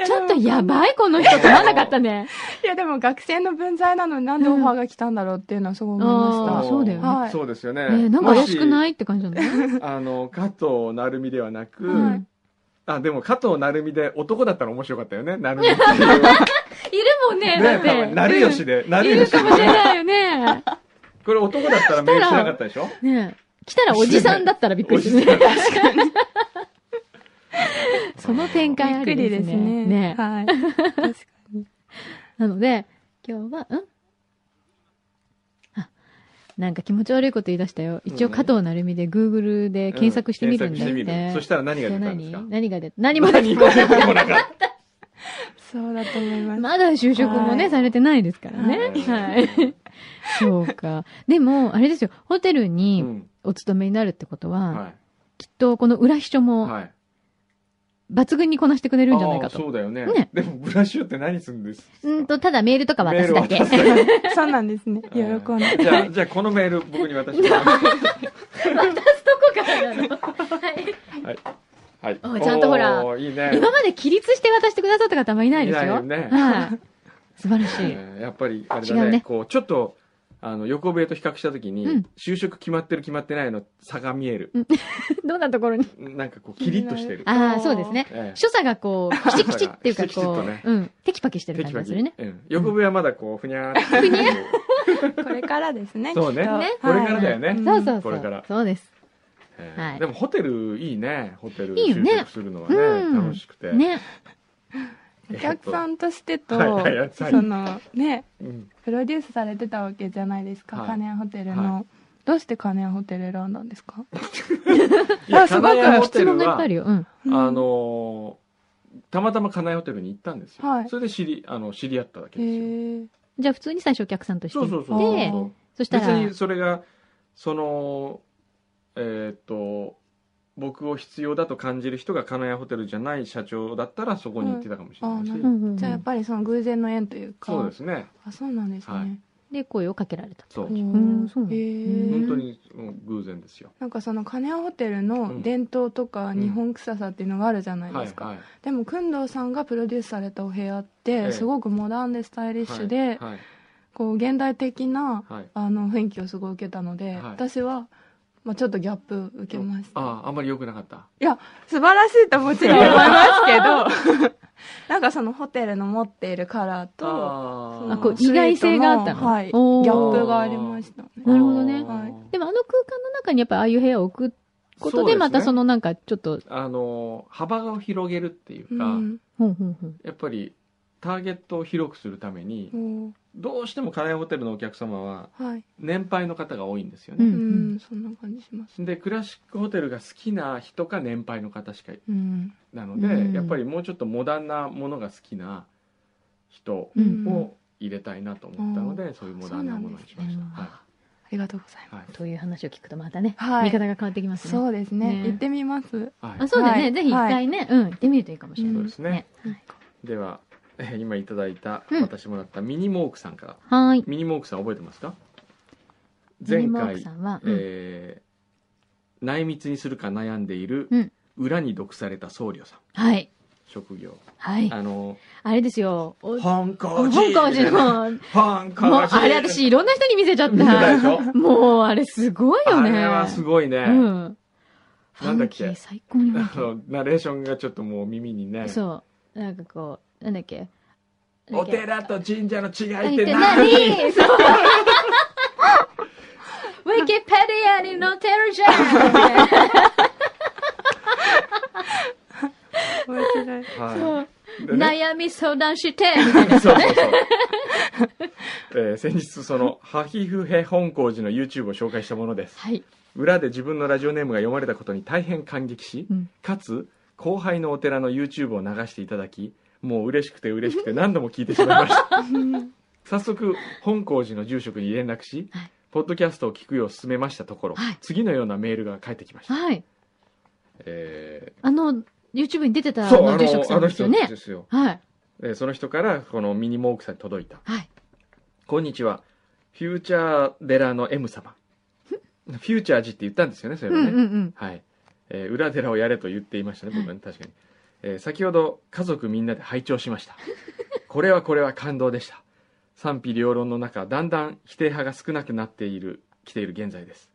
Speaker 4: ちょっとやばい、この人と思わなかったね。
Speaker 7: いやでも学生の分際なのになんでオファーが来たんだろうっていうのはすごい思い
Speaker 4: あ
Speaker 7: ま
Speaker 4: ー
Speaker 7: し
Speaker 4: そうだよね
Speaker 7: はい
Speaker 3: そうですよね
Speaker 4: えーなんか怪しくないいって感じなんだね。
Speaker 3: あの加藤成美ではなく、
Speaker 7: はい
Speaker 3: あでも加藤成美で男だったら面白かったよね成美って
Speaker 4: (laughs)
Speaker 3: いうね
Speaker 4: いるもんね、だって。
Speaker 3: 多分成吉で、
Speaker 4: うん
Speaker 3: 成
Speaker 4: いる
Speaker 3: 吉
Speaker 4: かもしれないよね。
Speaker 3: これ男だったらメールしなかったでしょ
Speaker 4: (laughs) ねえ来たらおじさんだったらびっくりす
Speaker 3: おじさ
Speaker 4: る
Speaker 3: ん
Speaker 4: ね。その展開あ
Speaker 7: び
Speaker 4: りで
Speaker 7: っくりですす
Speaker 4: ね。
Speaker 7: ね
Speaker 4: ねえ (laughs)
Speaker 7: はい確かに
Speaker 4: なので、今日は、んあなんか気持ち悪いこと言い出したよ。一応加藤成美で Google で検索してみるんだっ。
Speaker 3: うん検索してみるそしてたら何が出たんですか
Speaker 4: 何何が出た何も出てこない
Speaker 3: 何も出てこなかっ
Speaker 7: そうだと思います、
Speaker 4: まだ就職も
Speaker 7: は
Speaker 4: ね、
Speaker 7: い
Speaker 4: されてないですからね。
Speaker 3: は
Speaker 4: はい
Speaker 3: (laughs)
Speaker 4: い。そうか。でも、あれですよ、ホテル
Speaker 3: た、う
Speaker 4: に
Speaker 3: ん
Speaker 4: お勤めになるってことは、
Speaker 3: は
Speaker 4: きっとこの裏秘書
Speaker 3: い
Speaker 4: も
Speaker 3: はい
Speaker 4: 抜群にこなしてくれるんじゃないか
Speaker 3: あーそ
Speaker 4: と。
Speaker 3: うだよね
Speaker 4: ね
Speaker 3: でもブラッシュって何するんです
Speaker 4: うんと、ただメールとか渡すだけ
Speaker 3: メ。ール渡すだ
Speaker 7: そうなんですね喜ん
Speaker 3: けじ
Speaker 7: で
Speaker 3: ゃあじゃあこのメール僕に渡してもらって
Speaker 4: (laughs) どこからなの
Speaker 3: はい
Speaker 4: (laughs) おちゃんとほら
Speaker 3: おーいいね
Speaker 4: 今まで起立して渡してくださった方あんまいないです
Speaker 3: いないよ
Speaker 4: よ。
Speaker 3: ね
Speaker 4: はい。素晴らしい。
Speaker 3: えーやっぱりあれ
Speaker 4: 違
Speaker 3: だね
Speaker 4: うね
Speaker 3: こうちょっとあの横笛と比較した時に、
Speaker 4: うん
Speaker 3: 就職決まってる決まってないの差が見える、
Speaker 4: どんなところに
Speaker 3: なんかこうキリッとしてる、
Speaker 4: ああ、そうですね。
Speaker 3: ええ
Speaker 4: 所作がこう、きちきちっていうか
Speaker 3: きちきちっ
Speaker 4: ことう、
Speaker 3: ね
Speaker 4: うん、テキパキしてる
Speaker 3: テ
Speaker 4: 感
Speaker 3: キ
Speaker 4: じ
Speaker 3: パ
Speaker 4: が
Speaker 3: キ
Speaker 4: するね。
Speaker 3: うん、横笛はまだこうふにゃーってふにゃ
Speaker 7: これからですね
Speaker 3: そうね
Speaker 7: きっと
Speaker 4: ね
Speaker 3: これからだよね
Speaker 7: はい
Speaker 4: そうそう
Speaker 3: こ
Speaker 4: そ
Speaker 3: れから
Speaker 4: う。そうです。はい
Speaker 3: でもホテルいいねホテル
Speaker 4: いいよね
Speaker 3: 就職するのはね
Speaker 4: うん
Speaker 3: 楽しくて、
Speaker 4: ね。
Speaker 7: お客さんとしてと、
Speaker 3: はいはいはい
Speaker 7: そのね
Speaker 3: うん
Speaker 7: プロデュースされてたわけじゃないですか、
Speaker 3: はい
Speaker 7: カネアホテルの、
Speaker 3: は
Speaker 7: どうしてカネアホテル選んだんですか
Speaker 3: いや
Speaker 7: あすごく
Speaker 3: 金谷ホテ
Speaker 4: 質問
Speaker 3: ル
Speaker 4: がいっぱいあ
Speaker 3: は
Speaker 4: るよ。うん。
Speaker 3: あのーたまたま金井ホテルに行ったんですよ、
Speaker 7: はい
Speaker 3: それで知りあの知り合っただけ
Speaker 7: へ
Speaker 3: ですよ
Speaker 7: え
Speaker 4: じゃあ普通に最初お客さんとして
Speaker 3: そうそ
Speaker 4: 行
Speaker 3: う
Speaker 4: っ
Speaker 3: そう
Speaker 4: て、
Speaker 3: そう
Speaker 4: そした
Speaker 3: 別
Speaker 4: ら、
Speaker 3: にそれがそのえーっと僕を必要だと感じる人が金谷ホテルじゃない社長だったらそこに行ってたかもしれないし、
Speaker 7: うんあー
Speaker 4: う
Speaker 7: なる
Speaker 4: んうんうん
Speaker 7: じゃあやっぱりその偶然の縁というか
Speaker 3: そうですね
Speaker 7: あそうなんですね、
Speaker 3: はい
Speaker 4: で、声をかけられた。
Speaker 3: そう、
Speaker 4: うん、そうなんだ
Speaker 7: へー
Speaker 4: うん
Speaker 3: 本当にもう偶然ですよ
Speaker 7: なんかそのカネアホテル
Speaker 3: う
Speaker 7: の
Speaker 3: ん
Speaker 7: 伝統とか
Speaker 3: うん
Speaker 7: 日本臭さっていうのがあるじゃないですか、
Speaker 3: はいはい
Speaker 7: でも工藤さんがプロデュースされたお部屋っ
Speaker 3: ええ
Speaker 7: てすごくモダンでスタイリッシュで、
Speaker 3: はい
Speaker 7: こう現代的な
Speaker 3: はい
Speaker 7: あの雰囲気をすごい受けたので、
Speaker 3: はい
Speaker 7: 私は、まあ、ちょっとギャップ受けました
Speaker 3: あああんまり良くなかった
Speaker 7: 素晴らしいともちろん思いますけど (laughs) なんかそのホテルの持っているカラーと
Speaker 3: あ
Speaker 7: その
Speaker 4: あこう
Speaker 7: スイート
Speaker 4: 意外性があったの
Speaker 7: はい、ギ
Speaker 4: おー
Speaker 7: ャップがありましたね
Speaker 4: なるほどね
Speaker 7: はい
Speaker 4: でもあの空間の中にやっぱああいう部屋を置くことで、またそ
Speaker 3: の
Speaker 4: のなんかちょっと、
Speaker 3: あの幅を広げるっていううか、
Speaker 7: ん
Speaker 4: ほんほんほん。
Speaker 3: やっぱりターゲットを広くするために
Speaker 7: も
Speaker 3: どうしても金谷ホテルのお客様は
Speaker 7: うはい
Speaker 3: 年配の方が多いんですよ
Speaker 4: う
Speaker 3: ね、
Speaker 4: ん
Speaker 7: う、
Speaker 4: うんん。
Speaker 7: そんな感じします
Speaker 3: でクラシックホテルが好きな人か年配の方しか
Speaker 7: うん
Speaker 3: なので、
Speaker 4: うん
Speaker 3: やっぱりもうちょっとモダンなものが好きな人
Speaker 4: うん
Speaker 7: うんあ
Speaker 3: を入れたいなと思ったので、そういうモダンなものにしました、
Speaker 4: そうなんですね
Speaker 7: りがとうございます
Speaker 3: はい
Speaker 4: という話を聞くとまたね、
Speaker 7: はい
Speaker 4: 見方が変わってきますね。
Speaker 7: そうですね
Speaker 4: ね
Speaker 7: 行ってみます
Speaker 3: はい、は
Speaker 4: あそうだね、
Speaker 7: はい
Speaker 4: ぜひ一回ね、うん、行ってみるといいかもしれ
Speaker 3: い、
Speaker 4: な
Speaker 3: そう
Speaker 4: い。
Speaker 3: ですね
Speaker 4: ね
Speaker 3: では (laughs) えー今いただいた、
Speaker 4: うん
Speaker 3: 私もらったミニモークさんから
Speaker 4: はーい。
Speaker 3: ミニモークさん覚えてますか
Speaker 4: ミ
Speaker 3: 前
Speaker 4: ニモーク
Speaker 3: 回
Speaker 4: さんは、うん
Speaker 3: えー内密にするか悩んでいる、
Speaker 4: うん
Speaker 3: 裏に毒された僧侶さん
Speaker 4: はい。
Speaker 3: 職業
Speaker 4: はい。
Speaker 3: あの
Speaker 4: あれですよ。お香
Speaker 3: 香港人
Speaker 4: 港人も、
Speaker 3: 香
Speaker 4: もう
Speaker 3: 港人
Speaker 4: あれ私いろんな人に見せちゃっ。
Speaker 3: 見てたでした
Speaker 4: (laughs)
Speaker 3: ょ
Speaker 4: もうあれすごいよ
Speaker 3: あ
Speaker 4: ね。
Speaker 3: れはすごいね、
Speaker 4: うん。フ
Speaker 3: なんだっ
Speaker 4: ァン
Speaker 3: け
Speaker 4: キー最高にファン
Speaker 3: あ
Speaker 4: キー
Speaker 3: のナレーションがちょっともう耳にね
Speaker 4: そう。なんかこう、なんだっけ。
Speaker 3: お寺と神社の違い
Speaker 4: 何
Speaker 3: っ
Speaker 4: ってて
Speaker 3: 何
Speaker 4: 何そう。ウィキペディアに載ってるじゃん
Speaker 7: 面白い
Speaker 3: は
Speaker 4: そう
Speaker 3: いでね
Speaker 4: 悩み相談して、みたいな。
Speaker 3: そうそうそう。えー先日、その、ハヒフヘ本光寺の YouTube を紹介したものです。
Speaker 4: はい。
Speaker 3: 裏で自分のラジオネームが読まれたことに大変感激し、
Speaker 4: うん
Speaker 3: かつ、後輩のお寺の YouTube を流していただき、もう嬉しくて嬉し
Speaker 4: (laughs)
Speaker 3: くて何度も聞いてしまいました。早速、本光寺の住職に連絡し、
Speaker 4: はい
Speaker 3: ポッドキャストを聞くよう勧めましたところ、
Speaker 4: はい
Speaker 3: 次のようなメールが返ってきました。
Speaker 4: はい。
Speaker 3: え
Speaker 4: あの、YouTube に出てた
Speaker 3: ー
Speaker 4: あ
Speaker 3: そう、あ
Speaker 4: の
Speaker 3: の、
Speaker 4: 住職さ
Speaker 3: あ
Speaker 4: ん
Speaker 3: の
Speaker 4: です
Speaker 3: 人
Speaker 4: よね
Speaker 3: で。すよ。
Speaker 4: はい。
Speaker 3: えーその人から、このミニモークさんに届いた。
Speaker 4: はい。
Speaker 3: こんにちは。フューチャーデラの M 様。フューチャージって言ったんですよね、それ
Speaker 4: う
Speaker 3: は
Speaker 4: ん
Speaker 3: ね。
Speaker 4: うんうん。
Speaker 3: はい。えー裏寺をやれと言っていましたね、僕はね、確かに。えー先ほど、家族みんなで拝聴しま
Speaker 4: (laughs)
Speaker 3: した。これはこれは感動でした。賛否両論の中、だんだん否定派が少なくなっている、来ている現在です。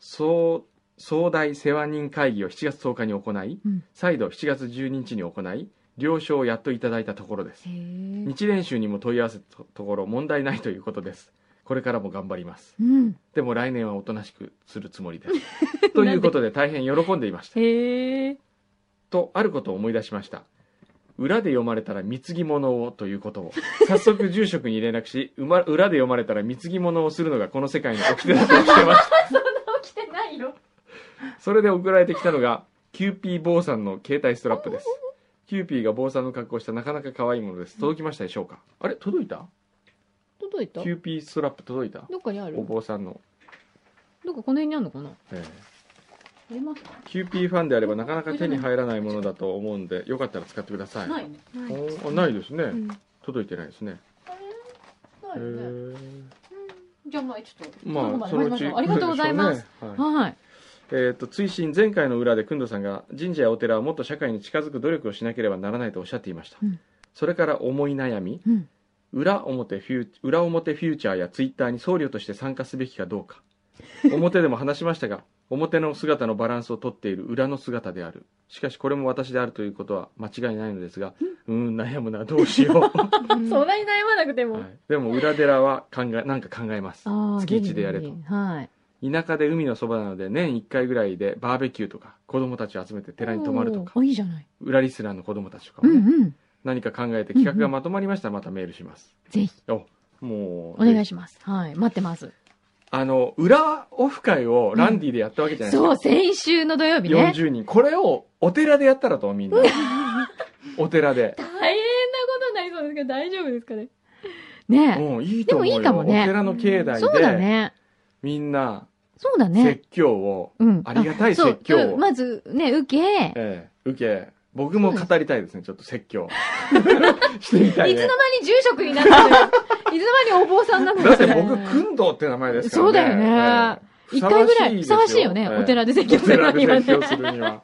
Speaker 3: 総、総大世話人会議を7月10日に行い、
Speaker 4: うん
Speaker 3: 再度7月12日に行い、了承をやっといただいたところです。
Speaker 4: へー
Speaker 3: 日練習にも問い合わせたところ問題ないということですこれからも頑張ります
Speaker 4: うん。
Speaker 3: でも来年はおとなしくするつもりです
Speaker 4: (laughs)
Speaker 3: ということで大変喜んでいました
Speaker 4: へえ。
Speaker 3: とあることを思い出しました裏で読まれたら貢ぎ物をということを早速住職に連絡し、うま、裏で読まれたら貢ぎ物をするのがこの世界の掟だと
Speaker 4: (laughs)
Speaker 3: 教えました
Speaker 4: 起きてないよ。
Speaker 3: それで送られてきたのがキューピー坊さんの携帯ストラップですキューピーが坊さんの格好をしたなかなか可愛いものです届きましたでしょうかあれ届いた
Speaker 4: 届いた
Speaker 3: キューピーストラップ届いた
Speaker 4: どっかにある
Speaker 3: お坊さんの、
Speaker 4: どっかこの辺にあるのかなあ
Speaker 3: え
Speaker 4: りますか
Speaker 3: ー、キューピーファンであればなかなか手に入らないものだと思うんでよかったら使ってください
Speaker 4: ないね。
Speaker 3: (laughs) おーあないですね、
Speaker 7: ん
Speaker 3: 届いてないですね、
Speaker 4: ない
Speaker 3: へ
Speaker 4: よね。
Speaker 3: ー
Speaker 4: じゃあまあちょっと。どこ
Speaker 3: まあ
Speaker 4: で
Speaker 3: そのうち
Speaker 4: ありがとうございま
Speaker 3: 来
Speaker 4: す。
Speaker 3: るでしょうねはい
Speaker 4: はい。
Speaker 3: えー、と追伸前回の裏で工藤さんが神社やお寺はもっと社会に近づく努力をしなければならないとおっしゃっていました、
Speaker 4: うん
Speaker 3: それから思い悩み
Speaker 4: うん。
Speaker 3: 裏表フュー裏表フューチャーやツイッターに僧侶として参加すべきかどうか表でも話しましたが表の姿のバランスをとっている裏の姿であるしかしこれも私であるということは間違いないのですがうーん悩むなどうしよ
Speaker 4: (laughs)
Speaker 3: う、
Speaker 4: そんなに悩まなくても。
Speaker 3: はいでも裏寺は考えなんか考えます
Speaker 4: ああ
Speaker 3: 月一でやれと。
Speaker 4: はい。
Speaker 3: 田舎で海のそばなので年1回ぐらいでバーベキューとか子供たちを集めて寺に泊まるとか
Speaker 4: おーあいいじゃない。
Speaker 3: 裏リスラーの子供たちとか
Speaker 4: う
Speaker 3: も
Speaker 4: ん
Speaker 3: ね、
Speaker 4: うん。
Speaker 3: 何か考えて企画がまとまりましたらまたメールします、
Speaker 4: ぜひ、
Speaker 3: も
Speaker 4: お
Speaker 3: う
Speaker 4: 願いします。はい。待ってます。
Speaker 3: あの、裏オフ会をランディでやったわけじゃないですか。
Speaker 4: そう、先週の土曜日ね。
Speaker 3: 40人。これをお寺でやったらと、みんな。お寺で。
Speaker 4: 大変なことになりそうですけど、大丈夫ですかね。 (laughs) ね
Speaker 3: うん、いいと思うよ。
Speaker 4: でもいいかもね
Speaker 3: お寺の境
Speaker 4: え。
Speaker 3: 内
Speaker 4: そうだ
Speaker 3: で、
Speaker 4: ね。
Speaker 3: みんな、
Speaker 4: そうだね。
Speaker 3: 説教を、
Speaker 4: うん。
Speaker 3: ありがたい
Speaker 4: そう
Speaker 3: 説教
Speaker 4: う
Speaker 3: を
Speaker 4: ん、まずね、受け、
Speaker 3: ええ、受け、僕も語りたいですね、ちょっと説
Speaker 4: (laughs)
Speaker 3: 教。してみたい
Speaker 4: いつの
Speaker 3: ね。
Speaker 4: 間に住職になったのよ。いつの間にお坊さんなのよ。
Speaker 3: だって僕、くんどうって名前ですからね。
Speaker 4: そうだよね
Speaker 3: ええ
Speaker 4: 一回ぐらい、ふさわしいよね。
Speaker 3: ええ
Speaker 4: お寺で説教するの
Speaker 3: お
Speaker 4: には
Speaker 3: 寺で説
Speaker 4: ね
Speaker 3: 教。するには。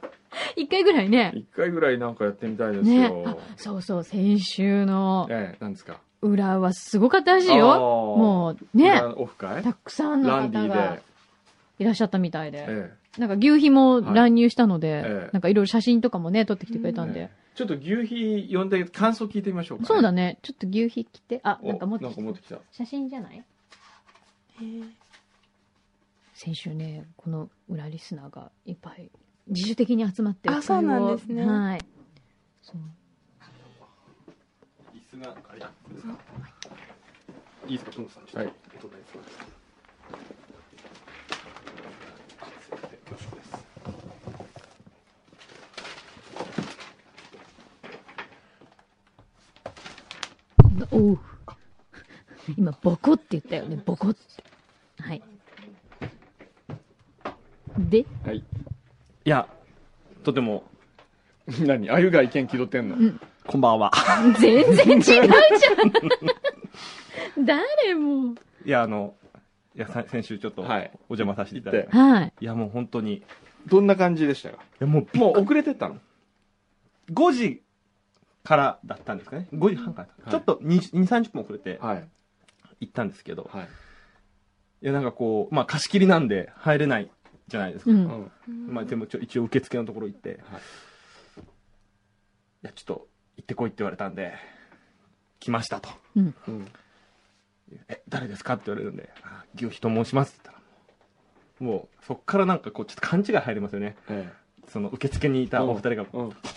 Speaker 4: 一回ぐらいね。
Speaker 3: 一回ぐらいなんかやってみたいです
Speaker 4: ね
Speaker 3: よ。。
Speaker 4: あ、そうそう、先週の
Speaker 3: ええ、なんですか。
Speaker 4: 裏はすごかったらしい
Speaker 3: あー
Speaker 4: よ。もうね、
Speaker 3: ランオフ会
Speaker 4: たくさんの
Speaker 3: ランディ
Speaker 4: 方
Speaker 3: で、
Speaker 4: がいらっしゃったみたい
Speaker 3: え
Speaker 4: で。
Speaker 3: え
Speaker 4: なんか牛皮も
Speaker 3: はい
Speaker 4: 乱入したので、
Speaker 3: ええ
Speaker 4: なんかいろいろ写真とかもね、撮ってきてくれたんで。
Speaker 3: ええちょっと牛皮呼んで感想聞いてみましょうか、
Speaker 4: そうだ
Speaker 3: ね
Speaker 4: ね。ちょっと牛皮着て、あ、
Speaker 3: お
Speaker 4: なんか持って
Speaker 3: なん
Speaker 4: き
Speaker 3: か
Speaker 4: て
Speaker 3: 持ってきた
Speaker 4: 写真じゃない先週ね、この裏リスナーがいっぱい自主的に集まって
Speaker 7: あそうなんですね
Speaker 4: はい。そう
Speaker 5: 椅子があれですかいいですか、トムさん。
Speaker 3: はい。
Speaker 5: お隣座って
Speaker 4: お
Speaker 7: (laughs)
Speaker 4: う。今、ボコって言ったよね、ボコって。はい。で、
Speaker 3: はい
Speaker 8: いや、とても、
Speaker 3: 何あゆが意見気取ってんの、
Speaker 8: こんばんは。
Speaker 4: 全然違うじゃん誰も。
Speaker 8: いや、あの、いや、さ先週ちょっと、お
Speaker 3: はい
Speaker 8: 邪魔させていただいて。
Speaker 3: 行
Speaker 4: はい。
Speaker 8: いや、もう本当に、い
Speaker 3: どんな感じでしたか
Speaker 8: や、もう、
Speaker 3: もう遅れてったの
Speaker 8: 5時からだったんですかね。5時半からだった、
Speaker 3: はい
Speaker 8: ちょっと2、2 30分遅れて
Speaker 3: はい
Speaker 8: 行ったんですけど、
Speaker 3: はい、
Speaker 8: いや、なんかこう、まあ、貸し切りなんで入れないじゃないですか。
Speaker 4: うん。
Speaker 3: ん、
Speaker 8: まあ、でもちょ、一応受付のところ行って、
Speaker 3: はい
Speaker 8: いや、ちょっと、行ってこいって言われたんで、来ましたと。
Speaker 3: うん、
Speaker 8: え誰ですかって言われるんで「あ牛皮と申します」って言ったらもうそっからなんかこうちょっと勘違い入りますよね
Speaker 3: え
Speaker 8: その受付にいたお二人が
Speaker 3: えうん立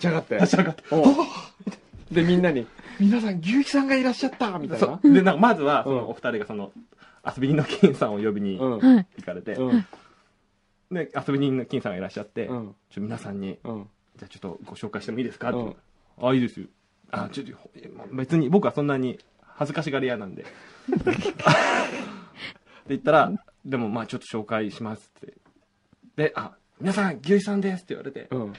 Speaker 3: ち上がって。
Speaker 8: 立ち上がって。
Speaker 3: おうで、みんなに、皆さん、牛肥さんがいらっしゃったみたい
Speaker 8: そ
Speaker 3: な。
Speaker 8: うで、なんかまずは、
Speaker 3: う
Speaker 8: そ
Speaker 3: ん
Speaker 8: のお二人がその、遊び人の金さんを呼びに
Speaker 3: うん。
Speaker 4: はい。
Speaker 8: 行かれて、
Speaker 3: うん。
Speaker 8: で、遊び人の金さんがいらっしゃって、
Speaker 3: うん。
Speaker 8: ちょ皆さんに、
Speaker 3: うん。
Speaker 8: じゃあちょっとご紹介してもいいですかって、
Speaker 3: うん
Speaker 8: あ、いいですよ。あ、ちょっと、えま別に僕はそんなに恥ずかしがり屋なんで。って言ったら、でもまあちょっと紹介しますって。で、あ、皆さん、牛肥さんですって言われて、
Speaker 3: うん。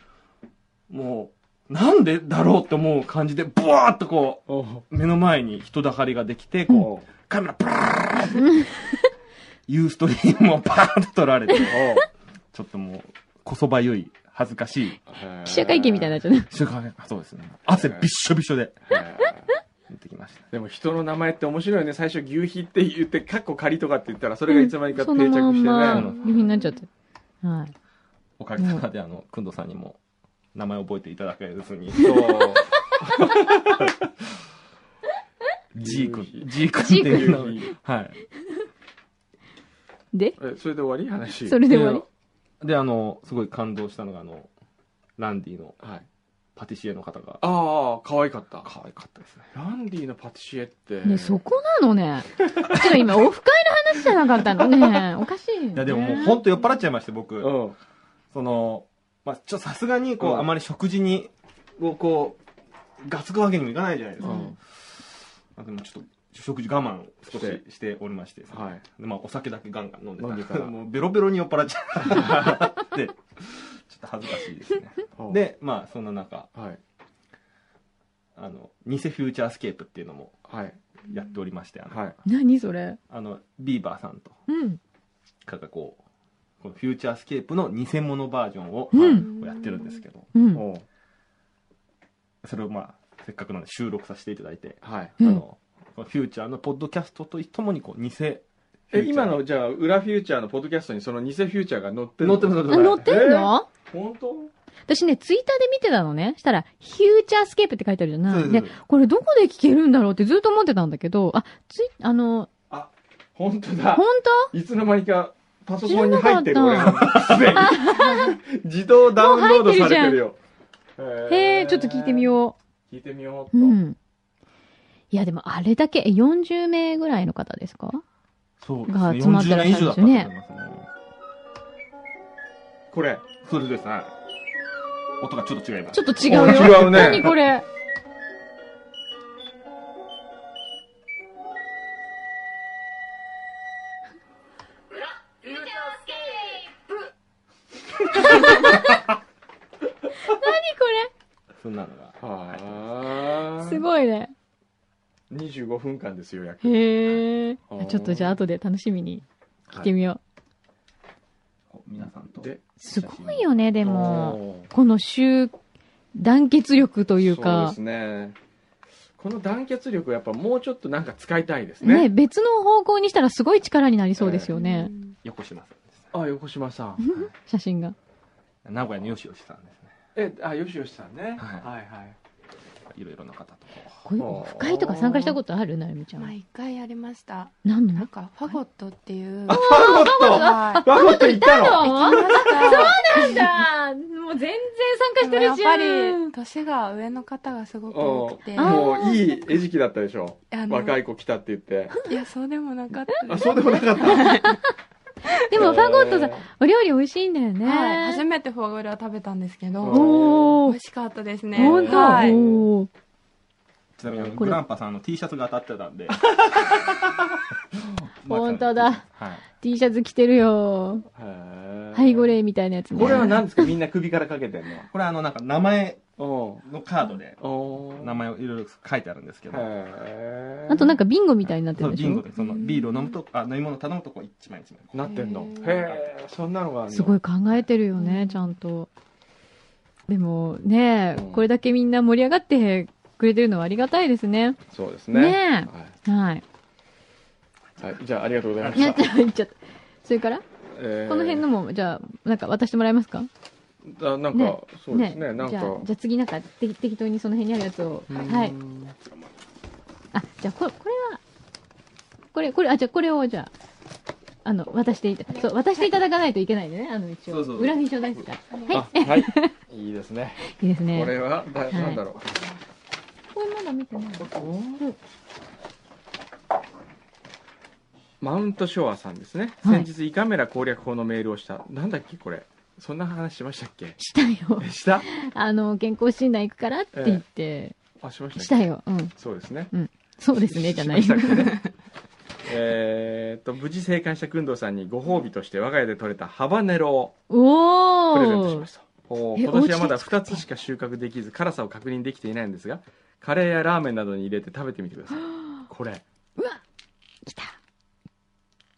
Speaker 8: もう、なんでだろうって思う感じで、ブワーっとこ
Speaker 3: おう
Speaker 8: う、目の前に人だかりができて、こ
Speaker 3: おう
Speaker 8: う、カメラ、ブラーって、ユーストリームをバーンと撮られて、ちょっともう、こそばゆい、恥ずかしい、
Speaker 4: 記者会見みたいになっちゃう。
Speaker 8: 瞬間がそうですね。汗びっしょびしょで、
Speaker 3: へー
Speaker 8: 出てきました。
Speaker 3: でも人の名前って面白いよね。最初、牛肥って言って、カッコ仮とかって言ったら、それがいつの間にか定
Speaker 4: その
Speaker 3: 着
Speaker 4: まん
Speaker 3: して
Speaker 4: ま
Speaker 3: ね。、
Speaker 4: 指になっちゃって。はい。
Speaker 8: おかげさまで、あの、くんどさんにも、名前覚えていただけずに、
Speaker 3: そう。
Speaker 8: ジー君
Speaker 3: 牛、
Speaker 8: ジー君っていう名前
Speaker 3: ジー
Speaker 8: はい。
Speaker 4: で、
Speaker 3: え、それで終わり話。
Speaker 4: それで終わり
Speaker 8: で、あの、すごい感動したのが、あの、ランディの
Speaker 3: はい。
Speaker 8: パティシエの方が、
Speaker 3: ああ、可愛かった。
Speaker 8: 可愛かったですね。
Speaker 3: ランディのパティシエって。
Speaker 4: ね、そこなのね。ちょっと今、オフ会の話じゃなかったのね。 (laughs) おかしいよ、ね。
Speaker 8: いや、でももう、ほんと酔っ払っちゃいまして、僕。
Speaker 3: うん。
Speaker 8: その、まあ、ちょっとさすがに、こう、
Speaker 3: うん
Speaker 8: あまり食事に、をこう、がつくわけにもいかないじゃないです
Speaker 3: う
Speaker 8: か。
Speaker 3: ん。
Speaker 8: あでもちょっと、食事我慢を少
Speaker 3: して
Speaker 8: ししておりまして、
Speaker 3: はい。
Speaker 8: でまあ、お酒だけガンガン飲んで
Speaker 3: 飲んでたら
Speaker 8: もうベロベロに酔っ払っちゃってちょっと恥ずかしいで
Speaker 3: (laughs)
Speaker 8: すね
Speaker 3: おう、
Speaker 8: でまあそんな中
Speaker 3: はい。
Speaker 8: あの偽フューチャースケープっていうのも
Speaker 3: はい。
Speaker 8: やっておりましてあの,、
Speaker 3: はい。
Speaker 4: 何それ
Speaker 8: あのビーバーさんと
Speaker 4: うん。
Speaker 8: かがこうこのフューチャースケープの偽物バージョンを、
Speaker 4: うん。
Speaker 8: やってるんですけど
Speaker 4: うん。
Speaker 3: おう
Speaker 8: それをまあせっかくなんで収録させていただいて、
Speaker 3: はい。
Speaker 4: うん
Speaker 8: あのこのフューチャーのポッドキャストとともにこう偽フューチャ
Speaker 3: え、
Speaker 8: ー
Speaker 3: 今の、じゃあ、裏フューチャーのポッドキャストにその偽フューチャーが載ってる
Speaker 8: 載ってます載って
Speaker 4: あ、
Speaker 8: ます
Speaker 4: 乗ってんの、
Speaker 3: 本当
Speaker 4: 私ね、ツイッターで見てたのね。したら、フューチャースケープって書いてあるじゃな
Speaker 8: そう
Speaker 4: い。
Speaker 8: で、
Speaker 4: ですこれどこで聞けるんだろうってずっと思ってたんだけど、あ、ツイあの、
Speaker 3: 本当だ
Speaker 4: 本。
Speaker 3: いつの間にか、パソコンに入ってる、
Speaker 4: 知
Speaker 3: 俺
Speaker 4: らなか
Speaker 3: すでに。 (laughs) 自動ダウンロードされてるよ。
Speaker 4: 当へえ、ちょっと聞いてみ
Speaker 3: う。
Speaker 4: よ
Speaker 3: 聞いてみよう
Speaker 4: う。う
Speaker 3: っと。
Speaker 4: ん。いや、でもあれだけ、え40名ぐらいの方ですか
Speaker 8: そうですね
Speaker 4: が集まって
Speaker 8: 40
Speaker 4: らっ
Speaker 8: 年
Speaker 4: し
Speaker 8: 以
Speaker 4: ゃる
Speaker 8: 上だ
Speaker 4: んですよね
Speaker 8: ったと思いますね
Speaker 3: これ。
Speaker 8: それですね。音がちょっと違います。
Speaker 4: ちょっと違
Speaker 3: お
Speaker 4: うよ。
Speaker 3: 違うね
Speaker 4: 何これ。何こ
Speaker 8: そんなのが。
Speaker 3: は
Speaker 4: れす
Speaker 3: ー
Speaker 4: ごいね。
Speaker 3: い。25分間ですよ、約。
Speaker 4: へえ
Speaker 3: あー。
Speaker 4: ちょっとじゃあ後で楽しみに聞いてみよう。
Speaker 8: 皆さんと。
Speaker 3: で、
Speaker 4: すごいよね、でも。
Speaker 3: おー
Speaker 4: この集、団結力という
Speaker 3: そう
Speaker 4: か
Speaker 3: で、すね。この団結力はやっぱもうちょっとなんか使いたいです
Speaker 4: ね
Speaker 3: ね。
Speaker 4: 別の方向にしたらすごい力になりそうですよね。
Speaker 8: 横島さんですね。
Speaker 3: あ、横島さん。
Speaker 4: 写真が。
Speaker 8: 名古屋のよしよしさんですね。
Speaker 3: え、あ、よしよしさんね。
Speaker 8: はい
Speaker 3: はいはい。
Speaker 8: いろいろな方と。
Speaker 4: こういうオフ会とか参加したことあるなるみちゃん
Speaker 6: まあ
Speaker 4: は。
Speaker 6: 一回やりました。
Speaker 4: 何
Speaker 6: なん
Speaker 4: の
Speaker 6: かファゴットっていう。
Speaker 3: あ、ファゴット
Speaker 6: は
Speaker 3: ファゴット行ったの
Speaker 4: (laughs)
Speaker 6: い。行きました。
Speaker 4: なんだもう全然参
Speaker 6: でもやっぱり年が上の方がすごく多くて、
Speaker 4: あ
Speaker 3: もういい餌食だったでしょ
Speaker 6: あの
Speaker 3: 若い子来たって言って
Speaker 6: いやそうでもなかった
Speaker 3: あ
Speaker 6: です。
Speaker 3: そうでもなかった
Speaker 4: (laughs) でもファゴットさん
Speaker 3: え、
Speaker 4: お料理美味しいんだよね。
Speaker 6: はい、初めてフォアグラを食べたんですけ
Speaker 3: うん
Speaker 6: ど、
Speaker 4: お
Speaker 6: 美
Speaker 4: ー
Speaker 6: 味。しかったですね。
Speaker 4: 本当、
Speaker 6: はい。
Speaker 4: おー
Speaker 8: ちなみに、
Speaker 4: こ
Speaker 8: グ
Speaker 4: れ
Speaker 8: ランパさんの T シャツが当たってたんで。
Speaker 4: 本当だ。
Speaker 8: はい。
Speaker 4: T シャツ着てるよ。
Speaker 3: ー
Speaker 4: ハイゴレーみたいなやつね。
Speaker 3: これは何ですかみんな首からかけてん
Speaker 8: これ、あの、なんか、名前
Speaker 3: の
Speaker 8: のカードで、
Speaker 3: うんおー
Speaker 8: 名前をいろいろ書いてあるんですけど。
Speaker 3: へー
Speaker 4: あとなんかビンゴみたいになって
Speaker 8: そ
Speaker 4: る
Speaker 8: う、
Speaker 4: でし
Speaker 8: ビンゴ
Speaker 4: ょ
Speaker 8: で、その、ビールを飲むと、あ、飲み物頼むと、こう、一枚一枚。
Speaker 3: なってんのへ
Speaker 8: へ
Speaker 3: えそんなのがあるの
Speaker 4: すごい考えてるよね、ちゃんと。でもね
Speaker 3: うん、
Speaker 4: これだけみんな盛り上がってくれてるのはありがたいですね。
Speaker 3: そうですね
Speaker 4: ねえ。はい。
Speaker 3: はいはいじゃあありがとうございま
Speaker 4: いや
Speaker 3: し
Speaker 4: った (laughs) ちゃった。言っちゃったそれから
Speaker 3: えー
Speaker 4: この辺のも、じゃあ、なんか渡してもらえますか
Speaker 3: あなん
Speaker 4: ね
Speaker 3: かそうですねなん
Speaker 4: じ
Speaker 3: か
Speaker 4: ゃあ、じゃあ次なんかて適当にその辺にあるやつを。はい。あ、じゃあこれ、これは、これ、これ、あ、じゃあこれを、じゃあ、あの、渡していた、そう、渡していただかないといけないんでね、あの、一応。
Speaker 8: そうそう
Speaker 4: 裏にちょうだいですから。
Speaker 3: あはい。いいですね。
Speaker 4: いいです (laughs) ね。
Speaker 3: これは、だなんだろ
Speaker 4: これまだ見てない。
Speaker 3: う。マウントショアさんですね。
Speaker 4: はい
Speaker 3: 先日、胃カメラ攻略法のメールをした。なんだっけ、これ。そんな話しましたっけ
Speaker 4: したよ。
Speaker 3: えした
Speaker 4: あの、健康診断行くからって言って、
Speaker 3: あ、しましたっけ
Speaker 4: した。よ。うん。
Speaker 3: そうですね。
Speaker 4: そうですね、じゃない。
Speaker 3: しましたっけ
Speaker 4: (laughs)
Speaker 3: ねえーっと、無事生還した工藤さんにご褒美として我が家で採れたハバネロを
Speaker 4: お
Speaker 3: プ
Speaker 4: ー。
Speaker 3: レゼントしました。おー
Speaker 4: え
Speaker 3: 今年は
Speaker 4: お家で
Speaker 3: まだ
Speaker 4: 作
Speaker 3: 2
Speaker 4: って
Speaker 3: つしか収穫できず辛さを確認できていないんですがカレーやラーメンなどに入れて食べてみてくださいこれ
Speaker 4: うわ来た。